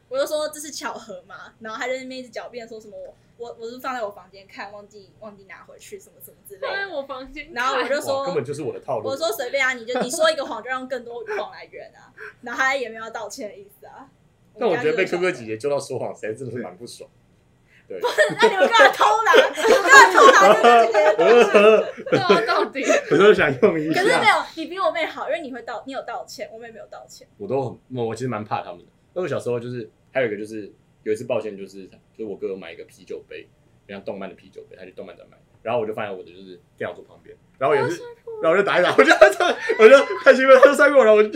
S5: 我就说这是巧合嘛，然后他就在那边一直狡辩说什么我我我是放在我房间看，忘记忘记拿回去什么什么之类
S2: 放在
S5: 的。
S2: 我房间看，
S5: 然后我就说
S4: 哎哇，根本就是我的套路。
S5: 我说随便啊，你就你说一个谎，就让更多谎来源啊。然后他也没有道歉的意思啊。
S4: 但我觉得被
S5: 哥
S4: 哥
S5: 哥
S4: 哥姐，姐揪到说谎，实在真的是蛮不爽。对，
S5: 那你们干嘛偷拿？你们干嘛偷拿 哥哥姐姐的东西？
S2: 那啊到底
S4: 我就想用一
S5: 可是没
S4: 下，
S5: 有，你比我妹好，因为你会道，你有道歉，我妹没有道歉。
S4: 我都很，我我其实蛮怕他们的。那我小时候就是还有一个就是有一次抱歉就是就是我哥有买一个啤酒杯，像动漫的啤酒杯，他去动漫展买，然后我就放在我的就是电脑桌旁边，然后
S2: 啊
S4: 也是，然后我就打一打，我就我就太兴奋，他就摔过 来，我就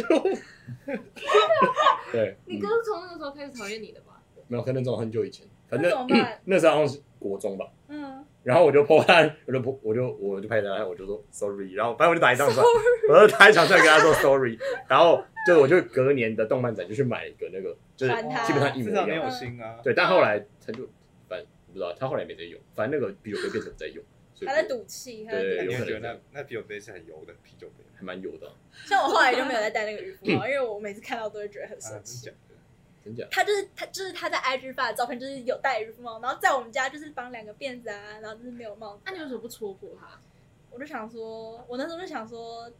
S4: 对，
S2: 你
S4: 嗯
S2: 哥是从那个时候开始讨厌你的吧？
S4: 没有，可能从很久以前，反
S5: 那怎
S4: 正
S5: 么办？
S4: 那时候好像是国中吧。
S5: 嗯，
S4: 然后我就破案，我就破，我就我就拍他，我就说 sorry，然后反正我就打一张算，我就打一场算跟他说 sorry，然 后就我就隔年的动漫展就去买一个那个，就是
S5: 还他
S4: 基本上一模
S3: 至
S4: 一
S3: 少没有
S4: 样。
S3: 心啊。
S4: 对，但后来他就反正我不知道，他后来没在用，反正那个啤酒杯变成我在用，所以
S5: 她在赌气，她在
S4: 对
S5: 赌
S3: 那
S5: 气。
S3: 你会觉得那那啤酒杯是很油的啤酒杯吗？
S4: 还蛮有的啊，
S5: 像我后来就没有再戴那个渔夫帽，因为我每次看到都会觉得很
S3: 啊，
S5: 生
S3: 真
S5: 气
S3: 假。的？
S4: 真假？
S5: 她就是她，就是她在 IG 发的照片，就是有戴渔夫帽，然后在我们家就是绑两个辫子啊，然后就是没有帽子。
S2: 那你为什么不戳破他？
S5: 我就想说，我那时候就想说，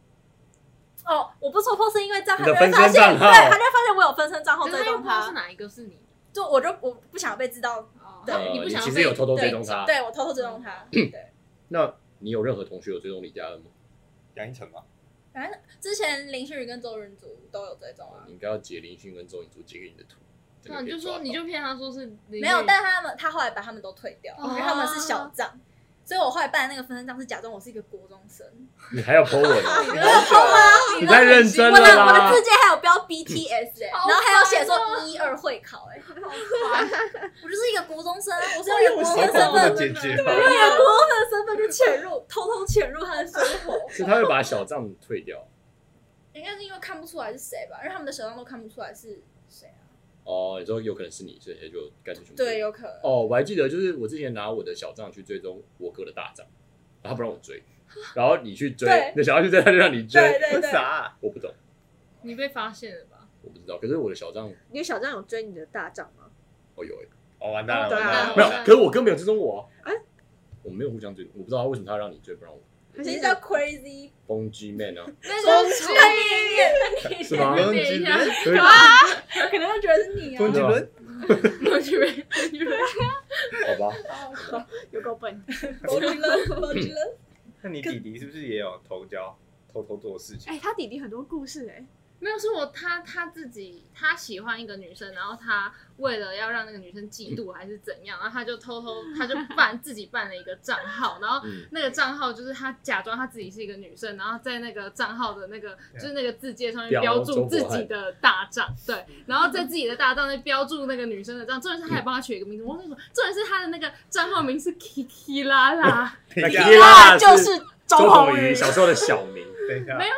S5: 哦，我不戳破是因为这样，他
S4: 你
S5: 就
S4: 的
S5: 会
S4: 分
S5: 发
S4: 身
S5: 现，
S4: 账
S5: 对，
S4: 号
S5: 他就会发现我有分身账号
S2: 可
S5: 追
S2: 是他又
S5: 踪
S2: 不知道是
S5: 他，
S2: 哪一个是你，
S5: 就我就我不想被知道，
S2: 哦
S5: 对
S4: 呃
S2: 你不想要
S4: 其实
S2: 被
S4: 有偷偷追踪
S2: 对
S4: 他。
S5: 对我偷偷追踪 他，对。
S4: 那你有任何同学有追踪李佳恩吗？
S3: 杨一成吗？
S5: 反正之前林旭宇跟周润祖都有追踪啊
S4: 哦
S2: 嗯
S4: 你，应该要截林勋跟周颖珠截给你的图，这个
S2: 那你啊
S4: 可
S2: 就
S4: 以抓
S2: 说
S4: 到
S2: 你就骗他说是没
S5: 没有，但他们他后来把他们都退掉，
S2: 哦
S5: 因为他们是小账，所以我后来办的那个分身账是假装我是一个国中生，
S4: 你还要 po 文哦，
S5: 你
S4: 你太认真
S5: 我
S4: 了
S5: 的我的
S4: 啦！
S5: 字界还有标 BTS 哎、
S2: 好
S5: 然后还有写
S2: 烦哦
S5: 说一二会考哎、 我就是一个国中生，我是用
S1: 哎
S5: 一
S1: 呦
S5: 个国
S1: 我
S5: 中生身
S3: 好恐怖的啊
S5: 份，
S3: 姐姐，
S5: 我用一 个国中生的身份去潜入，偷偷潜入他的生活。
S4: 是他会把小账退掉
S5: 应该是因为看不出来是谁吧，因为他们的小账都看不出来是谁啊。
S4: 哦，你说有可能是你，所以他就干脆全部
S5: 对，有可能。
S4: 哦，我还记得，就是我之前拿我的小账去追踪我哥的大账，然后他不让我追，然后你去追
S5: 对，
S4: 你的小账去追，他就让你
S5: 对
S4: 追，
S5: 对对，
S3: 啥？
S4: 我不啊懂，
S2: 你被发现了吧？
S4: 我不知道。可是我的小账，
S1: 你的小张有追你的大账吗？
S4: 哦有欸
S3: 哦，完蛋了，
S1: 对啊
S3: 完蛋了
S4: 没有
S2: 完蛋，了
S4: 可是我哥没有追踪我、啊，
S1: 哎
S4: 我们没有互相追踪，我不知道他为什么他让你追不让我。
S1: 还
S5: 你
S1: 是
S5: 是叫 Crazy？
S4: 风 G man 啊，
S2: 那就是
S5: 那你 也
S4: 是吗？
S2: 对
S3: 忘记
S2: 等一
S3: 了
S5: 可能就觉得是你
S3: 忘记
S5: 啊。
S3: 了
S2: 我去被，你去被
S4: 好吧，
S1: 有够笨，
S5: 我觉得，我觉得，
S3: 那你弟弟是不是也有头交，偷偷做事情？
S1: 哎，他弟弟很多故事哎，
S2: 没有，是我他他自己他喜欢一个女生，然后他为了要让那个女生嫉妒还是怎样，然后他就偷偷他就办自己办了一个账号，然后
S4: 嗯，
S2: 那个账号就是他假装他自己是一个女生，然后在那个账号的那个就是那个字界上面
S4: 标
S2: 标注
S4: 周
S2: 自
S4: 伯
S2: 己
S4: 翰
S2: 的大账，对，然后在自己的大账那标注那个女生的账，重点是他还帮他取一个名字，我跟你说，重点是他的那个账号名是 Kiki 啦啦，
S3: 等一下，
S4: 对啊
S1: 就是
S4: 周
S1: 周鸿
S4: 鸿
S1: 祎
S4: 祎小时候的小名，，
S3: 等一下，
S2: 没有。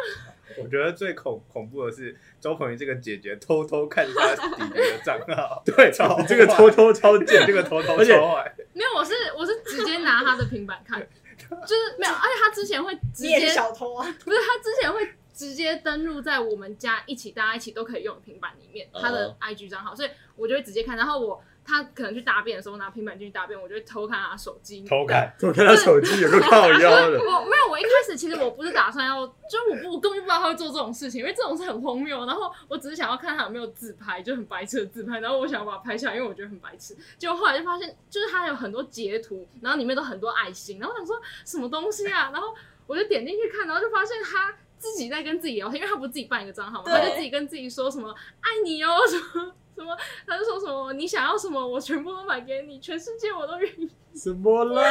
S3: 我觉得最恐恐怖的是周鹏宇这个姐姐偷偷看她弟弟的账号
S4: 对，
S3: 超
S4: 这个偷偷超
S3: 姐
S4: 贱，
S3: 这个偷偷
S4: 而且
S3: 超坏，
S2: 没有，我是我是直接拿他的平板看，就是没有，而且他之前会直
S5: 你也
S2: 接
S5: 是小偷啊！
S2: 不是，他之前会直接登录在我们家一起大家一起都可以用的平板里面，
S4: 哦
S2: 他的 IG 账号，所以我就会直接看。然后我他可能去大便的时候拿平板进去大便，我就会偷看他手机。
S3: 偷看。
S4: 我看他手机有个靠腰的，
S2: 我没有，我一开始其实我不是打算要，就我不我根本就不知道他会做这种事情，因为这种是很荒谬。然后我只是想要看他有没有自拍，就很白痴的自拍，然后我想要把它拍下来，因为我觉得很白痴。结果后来就发现，就是他有很多截图，然后里面都很多爱心，然后我想说什么东西啊，然后我就点进去看，然后就发现他。自己在跟自己聊天，因为他不是自己办一个账号嘛，
S5: 对
S2: 他就自己跟自己说什么“爱你哦”什么什么，他就说什么“你想要什么，我全部都买给你，全世界我都愿意”。
S4: 什么啦？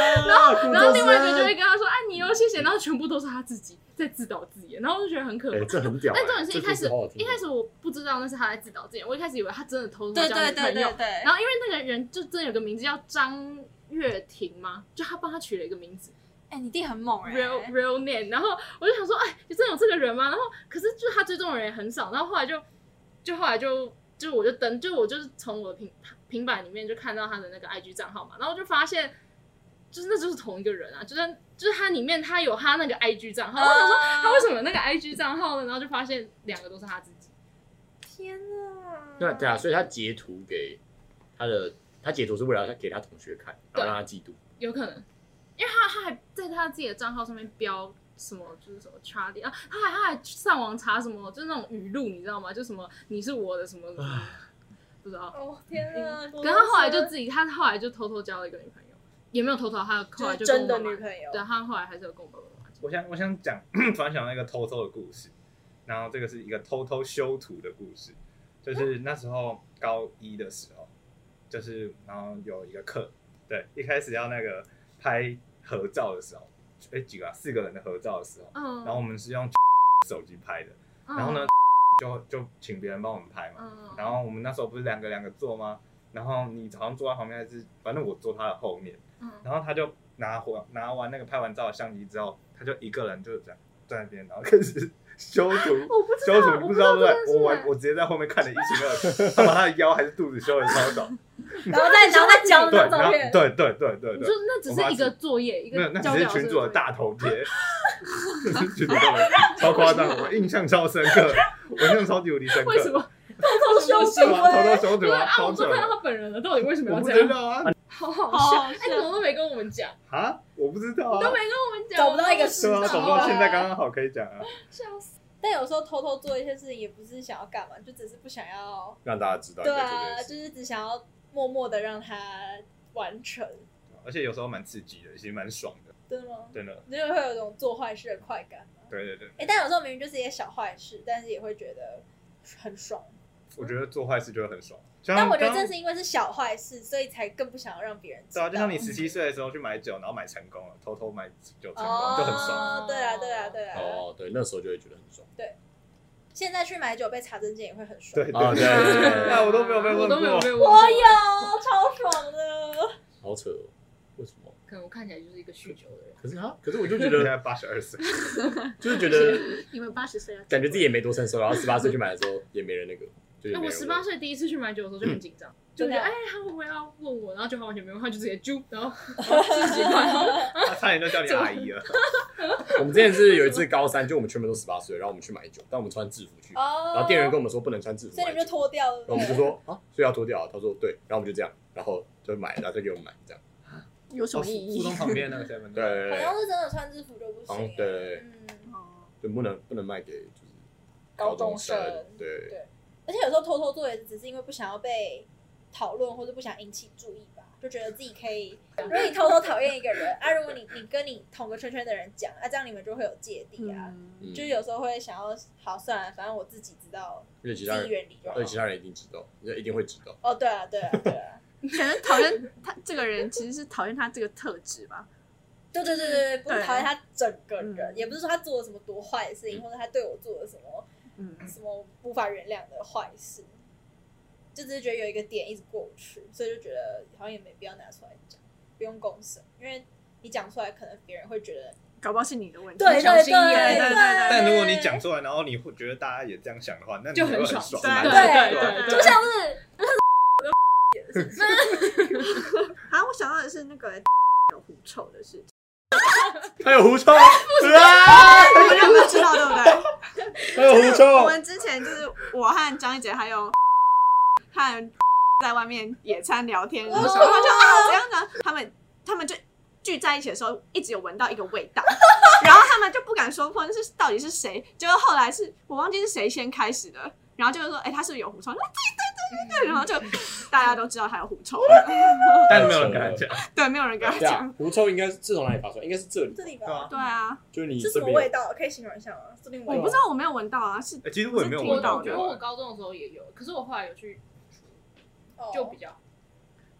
S2: 然后另外一个就会跟他说：“哎，你哦，谢谢。”然后全部都是他自己在自导自演，然后我就觉得很可
S4: 哎、
S2: 怕。
S4: 这 很屌、欸。
S2: 但重点是一开始
S4: 这故事好好，听啊
S2: 一开始我不知道那是他在自导自演，我一开始以为他真的偷偷交女
S5: 对
S2: 朋友。
S5: 对
S2: 然，后因为那个人就真的有个名字叫张月婷嘛，就他帮他取了一个名字
S5: 哎，你弟很猛哎，
S2: real real name，然后我就想说，哎，真的有这个人吗？然后可是就是他追踪的人也很少，然后后来就就后来就就我就登，就我就是从我的平平板里面就看到他的那个 IG 账号嘛，然后就发现就是那就是同一个人啊，就是就是他里面他有他那个 IG 账号，我想
S5: 啊
S2: 说他为什么有那个 IG 账号呢？然后就发现两个都是他自己，
S5: 天啊！
S4: 对啊对啊，所以他截图给他的，他截图是为了他给他同学看，然后让他嫉妒。
S2: 有可能，因为他他还在他自己的账号上面标。什么就是什么 Charlie 啊，他还他还上网查什么，就是那种语录，你知道吗？就什么你是我的什么什么，不知道。
S5: 哦天啊！
S2: 可是他后来就自己，他后来就偷偷交了一个女朋友，也没有偷偷，啊他后
S5: 就
S2: 来
S5: 是
S2: 就
S5: 真的
S2: 跟我
S5: 女
S2: 妈妈
S5: 朋友，
S2: 对，他后来还是有跟我爸爸妈妈讲。
S3: 我想我想讲， 突然想到一个偷偷的故事，然后这个是一个偷偷修图的故事，
S2: 嗯
S3: 就是那时候高一的时候，就是然后有一个课，对，一开始要那个拍合照的时候，哎几个、啊、四个人的合照的时候，
S2: 嗯，
S3: 然后我们是用 手机拍的，
S2: 嗯
S3: 然后呢就就请别人帮我们拍嘛，
S2: 嗯，
S3: 然后我们那时候不是两个两个坐吗？然后你好像坐在旁边还是，反正我坐他的后面，
S2: 嗯
S3: 然后他就拿回拿完那个拍完照的相机之后，他就一个人就这样站在那边，然后开始修图。
S2: 我不知
S3: 修
S2: 道，
S3: 图你不知道对
S2: 这
S3: 不
S2: 件
S3: 对？
S2: 事
S3: 我
S2: 哎
S3: 我我直接在后面看得一清二楚，他把他的腰还是肚子修的 超早，
S5: 然后 再然后再交
S3: 对，
S5: 那张
S3: 然
S5: 照
S3: 后
S5: 片，
S3: 对对对对
S2: 你
S3: 对
S2: 说，那只是一个作业，一
S3: 没有，
S2: 个
S3: 那
S2: 交
S3: 只是
S2: 表
S3: 群
S2: 的
S3: 主的
S2: 作业
S3: 大头贴， 群主的超夸张，我印象超深刻，我印象超级无敌深刻。
S2: 为什么？
S5: 偷修
S3: 对
S5: 行
S3: 啊？偷偷
S5: 为，
S3: 修图
S2: 对
S3: 啊，
S2: 啊，
S3: 超
S2: 我都
S3: 准
S2: 看。到他本人了，到底为什么
S3: 我
S2: 要
S3: 不
S2: 这
S3: 知
S2: 样？
S3: 道啊，
S2: 好好
S1: 好
S2: 笑，
S1: 好
S2: 哎，
S1: 笑
S2: 怎 么都没跟我们讲，
S3: 啊，我不知道
S2: 都
S3: 啊
S2: 没，跟我们讲，
S5: 找不到一个
S3: 是
S2: 啊
S5: 知
S3: 吗？
S5: 道
S3: 找不到现在刚刚好可以讲啊。
S2: 笑死。
S5: 但有时候偷偷做一些事情，也不是想要干嘛，就只是不想要，
S4: 让大家知道你
S5: 对
S4: 在做这
S5: 啊，
S4: 件事。
S5: 就是只想要默默的让它完成，
S3: 而且有时候蛮刺激的，其实蛮爽的，
S5: 真的吗？
S3: 真的。
S5: 你就会有一种做坏事的快感吗？
S3: 对对对，
S5: 哎，但有时候明明就是一些小坏事，但是也会觉得很爽。
S3: 我觉得做坏事就会很爽。像
S5: 但我觉得
S3: 刚
S5: 正是因为是小坏事，所以才更不想要让别人知
S3: 对
S5: 道。
S3: 啊，就像你十七岁的时候去买酒，然后买成功了，偷偷买酒成功、
S5: 哦，
S3: 就很爽。
S5: 对啊，对啊，对啊。
S4: 哦，对，那时候就会觉得很爽。
S5: 现在去买酒被查证件也会很爽。
S3: 对对
S4: 哦
S3: 对
S4: 对对
S3: 对
S4: 对
S3: 对， 那我都没有被
S2: 我
S3: 问
S2: 都没有
S3: 过。
S2: 被问
S5: 我
S2: 过，
S5: 有，超爽的。
S4: 好扯哦，为什么？
S2: 可能我看起来就是一个酗酒的人。
S4: 可是他，可是我就觉
S3: 现
S4: 得，
S3: 在八十二岁，
S4: 就是觉得
S1: 你们八十岁啊，
S4: 感觉自己也没多成熟，然后十八岁去买的时候也没人那个，就也
S2: 哎，
S4: 没
S2: 我
S4: 人
S2: 十
S4: 问
S2: 八岁第一次去买酒的时候就
S3: 嗯
S2: 很紧张，就觉
S5: 真
S2: 得
S5: 的啊
S2: 哎，他会不会要问我？然后就他完全没问，他就直接揪，然后四十几 块，
S3: 他差点就叫你阿姨了。哦
S4: 我们之前是有一次高三，就我们全部都十八岁，然后我们去买酒，但我们穿制服去，
S5: 哦。
S4: 然后店员跟我们说不能穿制服
S5: 所以
S4: 买
S5: 你们就
S4: 酒，
S5: 脱掉了。
S4: 然后我们就说啊，所以要脱掉啊。他说对，然后我们就这样，然后就买，然后再给我们买这样。
S1: 有什么意
S3: 附
S1: 义
S3: 中？旁边那个 seven，
S4: 对，对
S5: 好
S4: 对，
S5: 像是真的穿制服就不
S4: 好
S5: 行
S4: 像
S5: 欸。
S4: 对对对，
S5: 嗯，
S1: 哦
S4: 就不能不能卖给就是
S5: 高
S4: 中
S5: 中生。
S4: 对，
S5: 而且有时候偷偷做也只是因为不想要被讨论，或者不想引起注意吧，就觉得自己可以。如果你偷偷讨厌一个人啊，如果你你跟你同个圈圈的人讲啊，这样你们就会有芥蒂啊。
S1: 嗯，
S4: 嗯
S5: 就是有时候会想要，好算了，反正我自己知道，
S4: 而且
S5: 自
S4: 其他
S5: 己
S4: 人，
S5: 远离就好
S4: 而且。其他人一定知道，一定会知道。
S5: 哦，对啊，对啊，对啊，
S1: 可能 讨厌他这个人，其实是讨厌他这个特质吧。
S5: 对对对对，对不是讨厌他整个人，
S1: 嗯
S5: 也不是说他做了什么多坏的事情，或者他对我做了什么
S1: 嗯，
S5: 什么无法原谅的坏事，就只是觉得有一个点一直过不去，所以就觉得好像也没必要拿出来讲，不用共审，因为你讲出来，可能别人会觉得
S1: 搞不好是你的问题。
S5: 对
S2: 小
S5: 对对
S2: 心眼
S5: 对
S1: 对对对
S3: 但如果你讲出来，然后你会觉得大家也这样想的话，那你
S2: 就
S3: 会
S2: 很
S3: 爽
S2: 爽。
S1: 对
S3: 蛮
S5: 对啊
S3: 爽的
S1: 对
S5: 就像是
S1: 啊，我想到的是那个 有狐臭的事情，
S4: 还 有狐臭，啊，
S1: 你们两个知道对不对？
S4: 还有狐
S1: 我
S4: 臭，
S1: 们之前就是我和张一杰还有 和在外面野餐聊天，然后他就啊怎样呢？他们他们就聚在一起的时候，一直有闻到一个味道，然后他们就不敢说破那是到底是谁。结果后来是我忘记是谁先开始的，然后就是说，哎、他是不是有狐臭？ 那对对对对对，然后就大家都知道他有狐臭，
S3: 但没有人跟他讲，
S1: 对，没有人跟他
S4: 这
S1: 讲
S4: 样。啊狐臭应该是是从哪里发出来？应该是这里，
S5: 这里
S3: 对啊
S5: 吧，
S1: 对啊，
S4: 就是你
S5: 是什
S4: 这
S5: 么
S4: 边
S5: 味。道？可以形容一下吗？这边
S1: 我
S5: 味
S1: 不
S5: 道
S1: 知道，我没有闻到啊，是
S3: 欸其实我也没有
S1: 我
S2: 我
S3: 闻到
S2: 我
S1: 懂
S2: 觉得
S3: 过
S2: 我高中的时候也有，可是我后来有去
S5: 哦
S2: 就比较好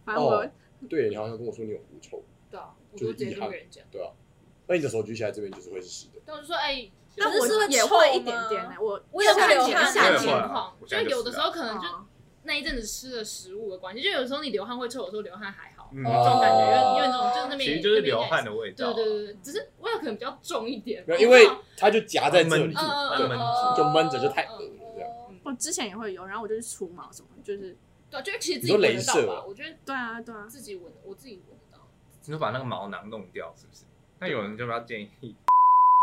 S1: 反正我、
S4: 哦对，你好像跟我说你有狐臭，
S2: 对啊，我就直接就给人讲，
S4: 对啊。那你的手举起来这边就是会是湿的。
S2: 但我就说哎，
S1: 但
S5: 可是是
S1: 我
S5: 会
S1: 也
S5: 臭吗
S1: 会一点点呢、我
S5: 我也会流
S1: 夏天
S5: 汗
S1: 夏
S3: 我也
S1: 天
S3: 会啊
S2: 情况
S3: 我，现
S2: 就
S3: 在就
S2: 有的
S3: 是
S2: 时
S3: 啊
S2: 候可能就
S1: 哦
S2: 那一阵子吃的食物的关系，就有时候你流汗会臭，有时候流汗还好，
S3: 嗯
S4: 哦
S2: 这种感觉
S4: 哦
S2: 有有一种就是那边
S3: 其实就是流汗。的味
S2: 那
S3: 道。
S2: 边对对对对，只是味道可能比较重一点。
S4: 没
S5: 哦
S4: 有，因为
S2: 我不知道
S4: 它就夹在这
S3: 闷
S4: 里，
S3: 住，
S2: 嗯
S3: 对闷住。
S4: 就闷着就太恶了这样。
S5: 哦
S1: 我之前也会有，然后我就是除毛什么，就是
S2: 对啊，就是其实自
S4: 你
S2: 己
S4: 说
S2: 闻得
S4: 镭
S2: 到
S4: 射
S2: 吧
S4: 哦，
S2: 我觉得
S1: 对啊对啊，
S2: 自己闻，我自己闻得到。
S3: 你说把那个毛囊弄掉，是不是？那有人就不要建议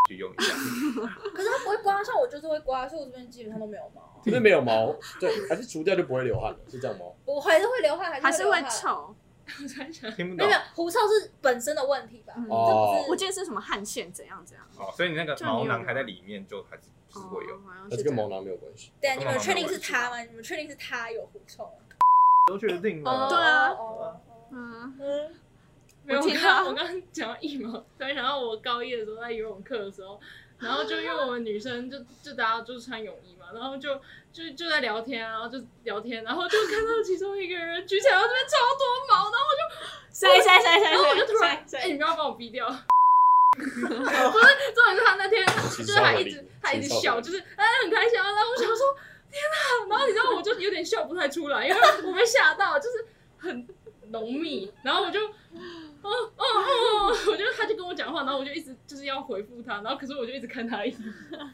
S3: 去用一下，
S5: 可是它不会刮，像我就是会刮，所以我这边基本上都没有毛，
S4: 就是没有毛，对，还是除掉就不会流汗了，是这样吗？
S5: 我还是会流汗，
S1: 还
S5: 是
S1: 是
S5: 流
S1: 会
S5: 汗。
S1: 臭。
S2: 我突然想到，
S3: 听不
S5: 没有
S3: 懂
S5: 没有，狐臭是本身的问题吧？
S1: 嗯
S4: 哦
S1: 我记得是什么汗腺怎样怎样。
S3: 哦。所以你那个
S1: 就你有
S3: 毛囊还在里面，就还是就是会有。
S1: 哦，好像
S4: 那
S1: 是
S4: 这
S1: 这
S4: 跟
S1: 样
S4: 毛囊没有关系。
S5: 对，你们有确定是他吗？你们确定是他有狐臭吗？
S3: 都确定了。
S1: 对啊
S5: 哦哦
S1: 嗯，
S5: 嗯，
S2: 没有，
S1: 我
S2: 我
S1: 听
S2: 刚
S1: 到
S2: 刚我刚刚讲到一毛，突然想到我高一的时候在游泳课的时候，然后就因为我们女生就就大家就穿泳衣嘛，然后就就就在聊天啊，然后就聊天，然后就看到其中一个人举起来，然后这边超多毛，然后我
S1: 谁谁谁谁
S2: 然后我就突然，
S1: 谁
S2: 哎、
S1: 谁
S2: 你不要把我逼掉。 不是，重点是他那 天
S4: 禽
S2: 就是
S4: 兽
S2: 他
S4: 的
S2: 一
S4: 力
S2: 直他一直
S4: 禽兽的
S2: 笑，
S4: 力
S2: 就是哎很开心啊，然后我想说天哪，然后你知道我就有点笑不太出来，因为我被吓到，就是很浓密，然后我就哦哦哦，我觉得他就跟我讲话，然后我就一直就是要回复他，然后可是我就一直看他一眼，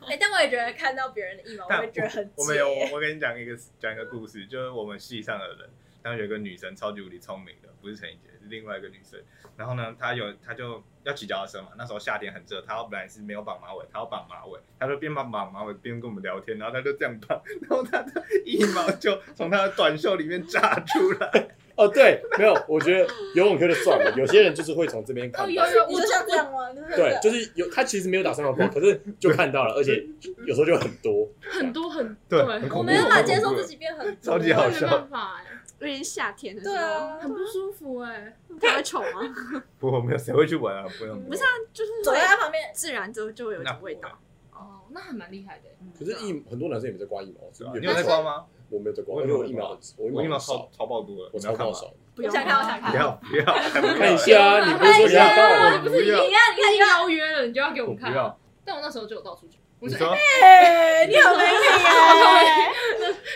S5: 哎，但我也觉得看到别人的腋毛，我
S3: 但
S5: 会觉得哎很
S3: 我们有，哦
S5: 解。
S3: 我跟你讲一个讲一个故事，就是我们系上的人，然后有一个女生超级无敌聪明的，不是陈怡杰，是另外一个女生。然后呢，她有她就要骑脚踏车嘛，那时候夏天很热，她本来是没有绑马尾，她要绑马尾，她就边绑绑马尾边跟我们聊天，然后她就这样绑，然后她的一毛就从她的短袖里面炸出来，
S4: 哦，对，没有，我觉得游泳课就算了，有些人就是会从这边看
S2: 哦有
S4: 到。
S2: 有，
S5: 你
S2: 我
S5: 就像这
S2: 我
S5: 样吗？你就像这
S4: 对，
S5: 样
S4: 就是有他其实没有打算要刮，可是就看到了，而且有时候就很多。
S2: 很多很
S3: 对
S2: 对
S3: 很
S5: 我
S3: 恐怖
S5: 没办法接受自己变很
S3: 超级好
S2: 没
S3: 笑
S2: 办法哎、
S1: 有点夏天的时候，
S5: 对啊，
S2: 很不舒服哎、
S1: 它会臭吗？
S3: 不，我没有谁会去闻啊，不用。
S1: 不是就是
S5: 走在啊
S1: 会
S5: 他旁边，
S1: 自然就就
S3: 啊
S1: 会有一种味道。
S2: 哦，那还蛮厉害的、
S4: 啊可是一很多男生也没在刮腋毛，是不啊
S3: 你
S4: 是
S3: 有
S4: 有
S3: 在
S4: 人
S3: 刮吗？
S4: 我没有在
S3: 我
S4: 管，
S3: 也没有
S4: 因为我疫苗我
S3: 我
S4: 疫
S3: 疫
S4: 苗
S3: 苗
S4: 很少
S3: 超，超爆多了，
S4: 我
S3: 你要
S4: 超
S3: 看
S4: 爆
S3: 吗
S4: 少。
S5: 我
S1: 不用
S5: 想看，我想
S3: 不
S5: 看。
S3: 要不要，还不
S4: 看一
S3: 要
S4: 下啊，你不是说
S5: 看一下
S4: 要看
S2: 不是你看，
S4: 要
S2: 你
S5: 啊
S2: 看，你看，
S6: 邀约了，你就要给我
S3: 我
S6: 们
S3: 不
S6: 看。
S3: 要，
S6: 但我那时候就有到处去，我
S3: 你
S6: 说
S3: 说
S5: 哎，你好没品哎！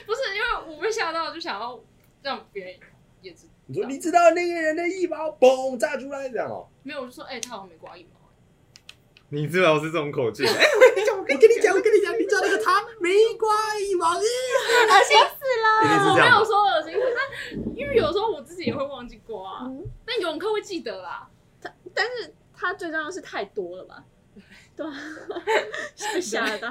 S6: 不是因为我被吓到，就想要让别人也知道。
S4: 你说你知道那个人的疫苗嘣炸出来这样哦？
S6: 没有，我就说哎、他好像没刮疫苗。
S3: 你知道是这种 口气，哎
S4: 我跟你讲，我跟你讲，你知道那个他没关疫苗，
S5: 恶心死
S4: 一定是
S6: 我
S4: 这
S6: 没
S4: 样
S6: 有
S4: 吧。
S6: 说恶心，但因为有时候我自己也会忘记刮、啊，但游泳课会记得啦。
S1: 但是它最重要的是太多了吧？ 对啊，被吓到。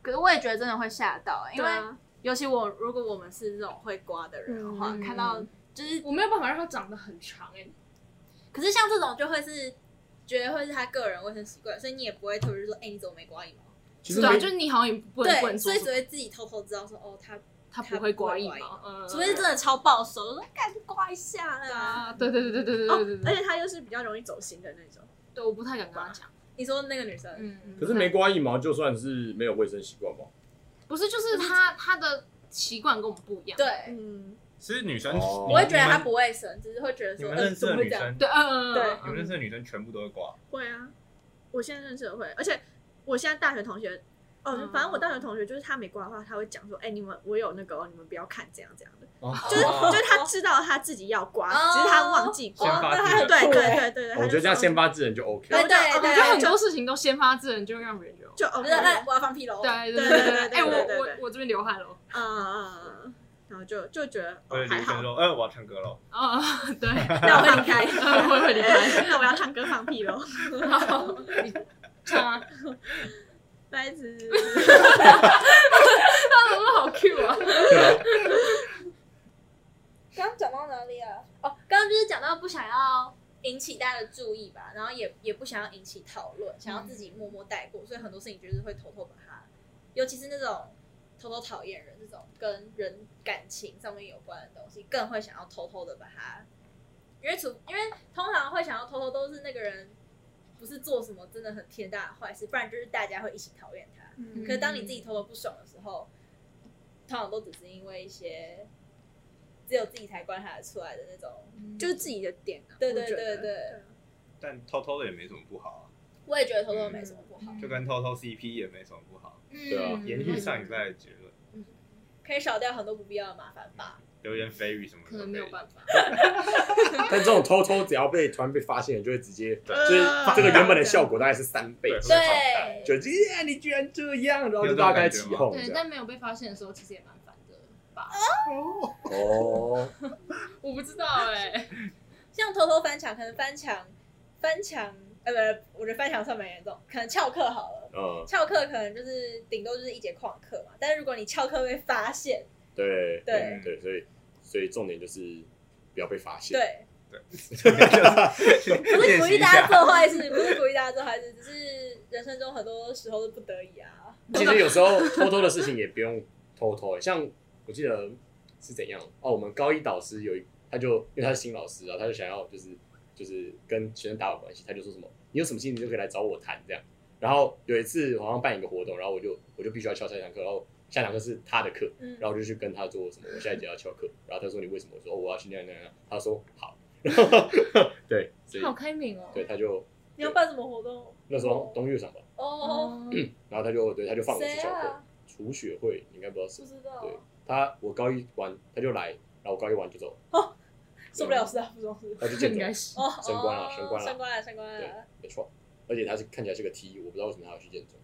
S2: 可是我也觉得真的会吓到、欸，因
S1: 对
S2: 为
S1: 啊，
S2: 尤其我如果我们是这种会刮的人的话，
S6: 嗯
S2: 看到就是，
S6: 我没有办法让它长得很长哎、
S5: 可是像这种就会是，觉得会是他个人卫生习惯，所以你也不会特别说，哎，你怎么没刮疫苗？
S4: 其实
S6: 对啊，
S4: 没
S6: 就是你好像也不能不
S5: 对，
S6: 能
S5: 所
S6: 说
S5: 以
S6: 什
S5: 只
S6: 么嗯
S5: 会自己偷偷知道说，哦，他
S6: 他不会刮疫
S5: 他不
S6: 苗
S5: 会，
S6: 嗯，
S5: 除非是真的超暴手，说干刮一下啦。
S6: 啊，对对对对对
S1: 哦
S6: 对对，
S1: 而
S6: 对，
S1: 且它又是比较容易走形的那种。
S6: 对我不太敢跟他讲，
S5: 你说那个女生，
S6: 嗯，
S4: 可是没刮疫苗就算是没有卫生习惯吧？
S6: 不是就是他他的习惯跟我们不一样，
S5: 对，
S1: 嗯，
S3: 其实女生，
S4: 哦
S3: 你
S5: 我会觉得
S3: 你们
S5: 她不卫生，只是会觉得
S3: 你
S5: 说，嗯，
S3: 们认识
S5: 怎
S3: 的
S5: 么会
S3: 女
S5: 这样？
S3: 生，
S6: 对，嗯嗯，嗯
S3: 你
S6: 嗯
S3: 们认识的女生全部都会
S6: 哦
S3: 刮，
S1: 会啊，我现在认识的会，而且我现在大学同学，哦，
S6: 嗯
S1: 反正我大学同学就是他没挂的话，他会讲说，哎，你们我有那个哦，你们不要看这样这样的，
S4: 哦
S1: 就是就是他知道他自己要挂，
S5: 哦
S1: 只是他忘记
S3: 先
S1: 挂。
S5: 哦
S3: 发
S5: 那
S3: 自
S5: 还
S1: 对
S3: 己
S5: 很
S1: 对
S5: 酷
S3: 哎
S5: 欸
S1: 对对 对，
S4: 哦我觉得这样先
S1: 吧。
S4: 发制人就 OK
S5: 对。
S6: 我
S5: 对
S6: 觉得
S5: 对，
S6: 很多事情都先发制人，就让别人觉得。
S1: 就嗯 OK
S5: 不是，那我要放屁喽。哦
S6: 对对对，哎，我我我这边流汗了，
S1: 嗯嗯嗯嗯，然后就就觉得、
S3: 或者
S1: 哦、还
S3: 女生
S1: 好，
S3: 说，哎，我要唱歌喽，
S6: 啊，对，
S1: 那我会离开，
S6: 我也会离开，
S1: 那我要唱歌放屁喽，
S6: 你唱啊，
S1: 拜子。
S6: 他怎么好 Q 啊？
S5: 刚刚讲到哪里啊？哦，刚刚就是讲到不想要引起大家的注意吧，然后也也不想要引起讨论，想要自己默默带过，所以很多事情就是会偷偷把它，尤其是那种偷偷讨厌人这种跟人感情上面有关的东西，更会想要偷偷的把它，因为除因为通常会想要偷偷都是那个人不是做什么真的很天大的坏事，不然就是大家会一起讨厌他。
S1: 嗯
S5: 可是当你自己偷偷不爽的时候，通常都只是因为一些只有自己才观察得出来的那种。
S1: 就是自己的点啊，
S5: 对
S1: 我
S5: 对
S1: 觉
S5: 对
S1: 得
S5: 对，
S3: 但偷偷的也没什么不好
S5: 我也觉得偷偷没什么不好，
S6: 嗯
S3: 啊，就跟偷偷 CP 也没什么不好，
S4: 对啊
S3: 延续上礼拜的结论，
S5: 可以少掉很多不必要的麻烦吧。
S3: 流言蜚语什么的，
S6: 可能没 有办法，
S4: 但这种偷偷只要被突然被发现了，就会直 接
S3: 对
S4: 就是这个原本的效果大概是三倍，
S3: 对
S5: 对，
S4: 就耶你居然这样，然后
S3: 有
S4: 就
S3: 这种
S4: 大
S3: 感觉吗
S4: 概起哄
S6: 对
S4: 这，样。啊
S6: 但没有被发现的时候，其实也蛮烦的吧？
S4: 哦，
S6: 我不知道哎，
S5: 像偷偷翻墙，可能翻墙翻墙，呃，不，我觉得翻墙算蛮严重，可能翘课好了。
S4: 嗯，
S5: 翘课可能就是顶多就是一节旷课嘛，但是如果你翘课被发现，
S4: 对嗯
S5: 对
S4: 对，所以所以重点就是不要被发现。
S5: 对，
S3: 不
S5: 不是鼓励大家做坏事，不是鼓励大家做坏事，只是人生中很多时候是不得已啊。
S4: 其实有时候偷偷的事情也不用偷偷、欸，像我记得是怎样哦，我们高一导师有一，他就因为他是新老师啊，他就想要就是就是跟学生打好关系，他就说什么你有什么事情你就可以来找我谈这样。然后有一次我好像办一个活动，然后我就我就必须要翘下一堂课，然后下一堂课是他的课，
S5: 嗯
S4: 然后我就去跟他做什么，我下一节要翘课，然后他说你为什么？我说哦我要去那样那样那样，他说好， 然后对，所以
S6: 好开明哦。
S4: 对他就
S5: 你要办什么活动？
S4: 那时候东岳上吧，
S5: 哦，
S6: 哦，
S4: 然后他就对他就放我去
S5: 谁
S4: 翘课
S5: 啊，？
S4: 楚雪慧你应该不知道是
S5: 不知道，
S4: 对他，我高一完他就来，然后我高一完就走，
S5: 哦受不了是啊，不重视。
S4: 他就见
S6: 应
S4: 走，
S6: 该是。
S5: 哦，
S4: 升官了升官了
S5: 升官了，升官
S4: 对
S5: 了。，
S4: 没错。而且他是看起来是个 T，我不知道为什么他要去见走。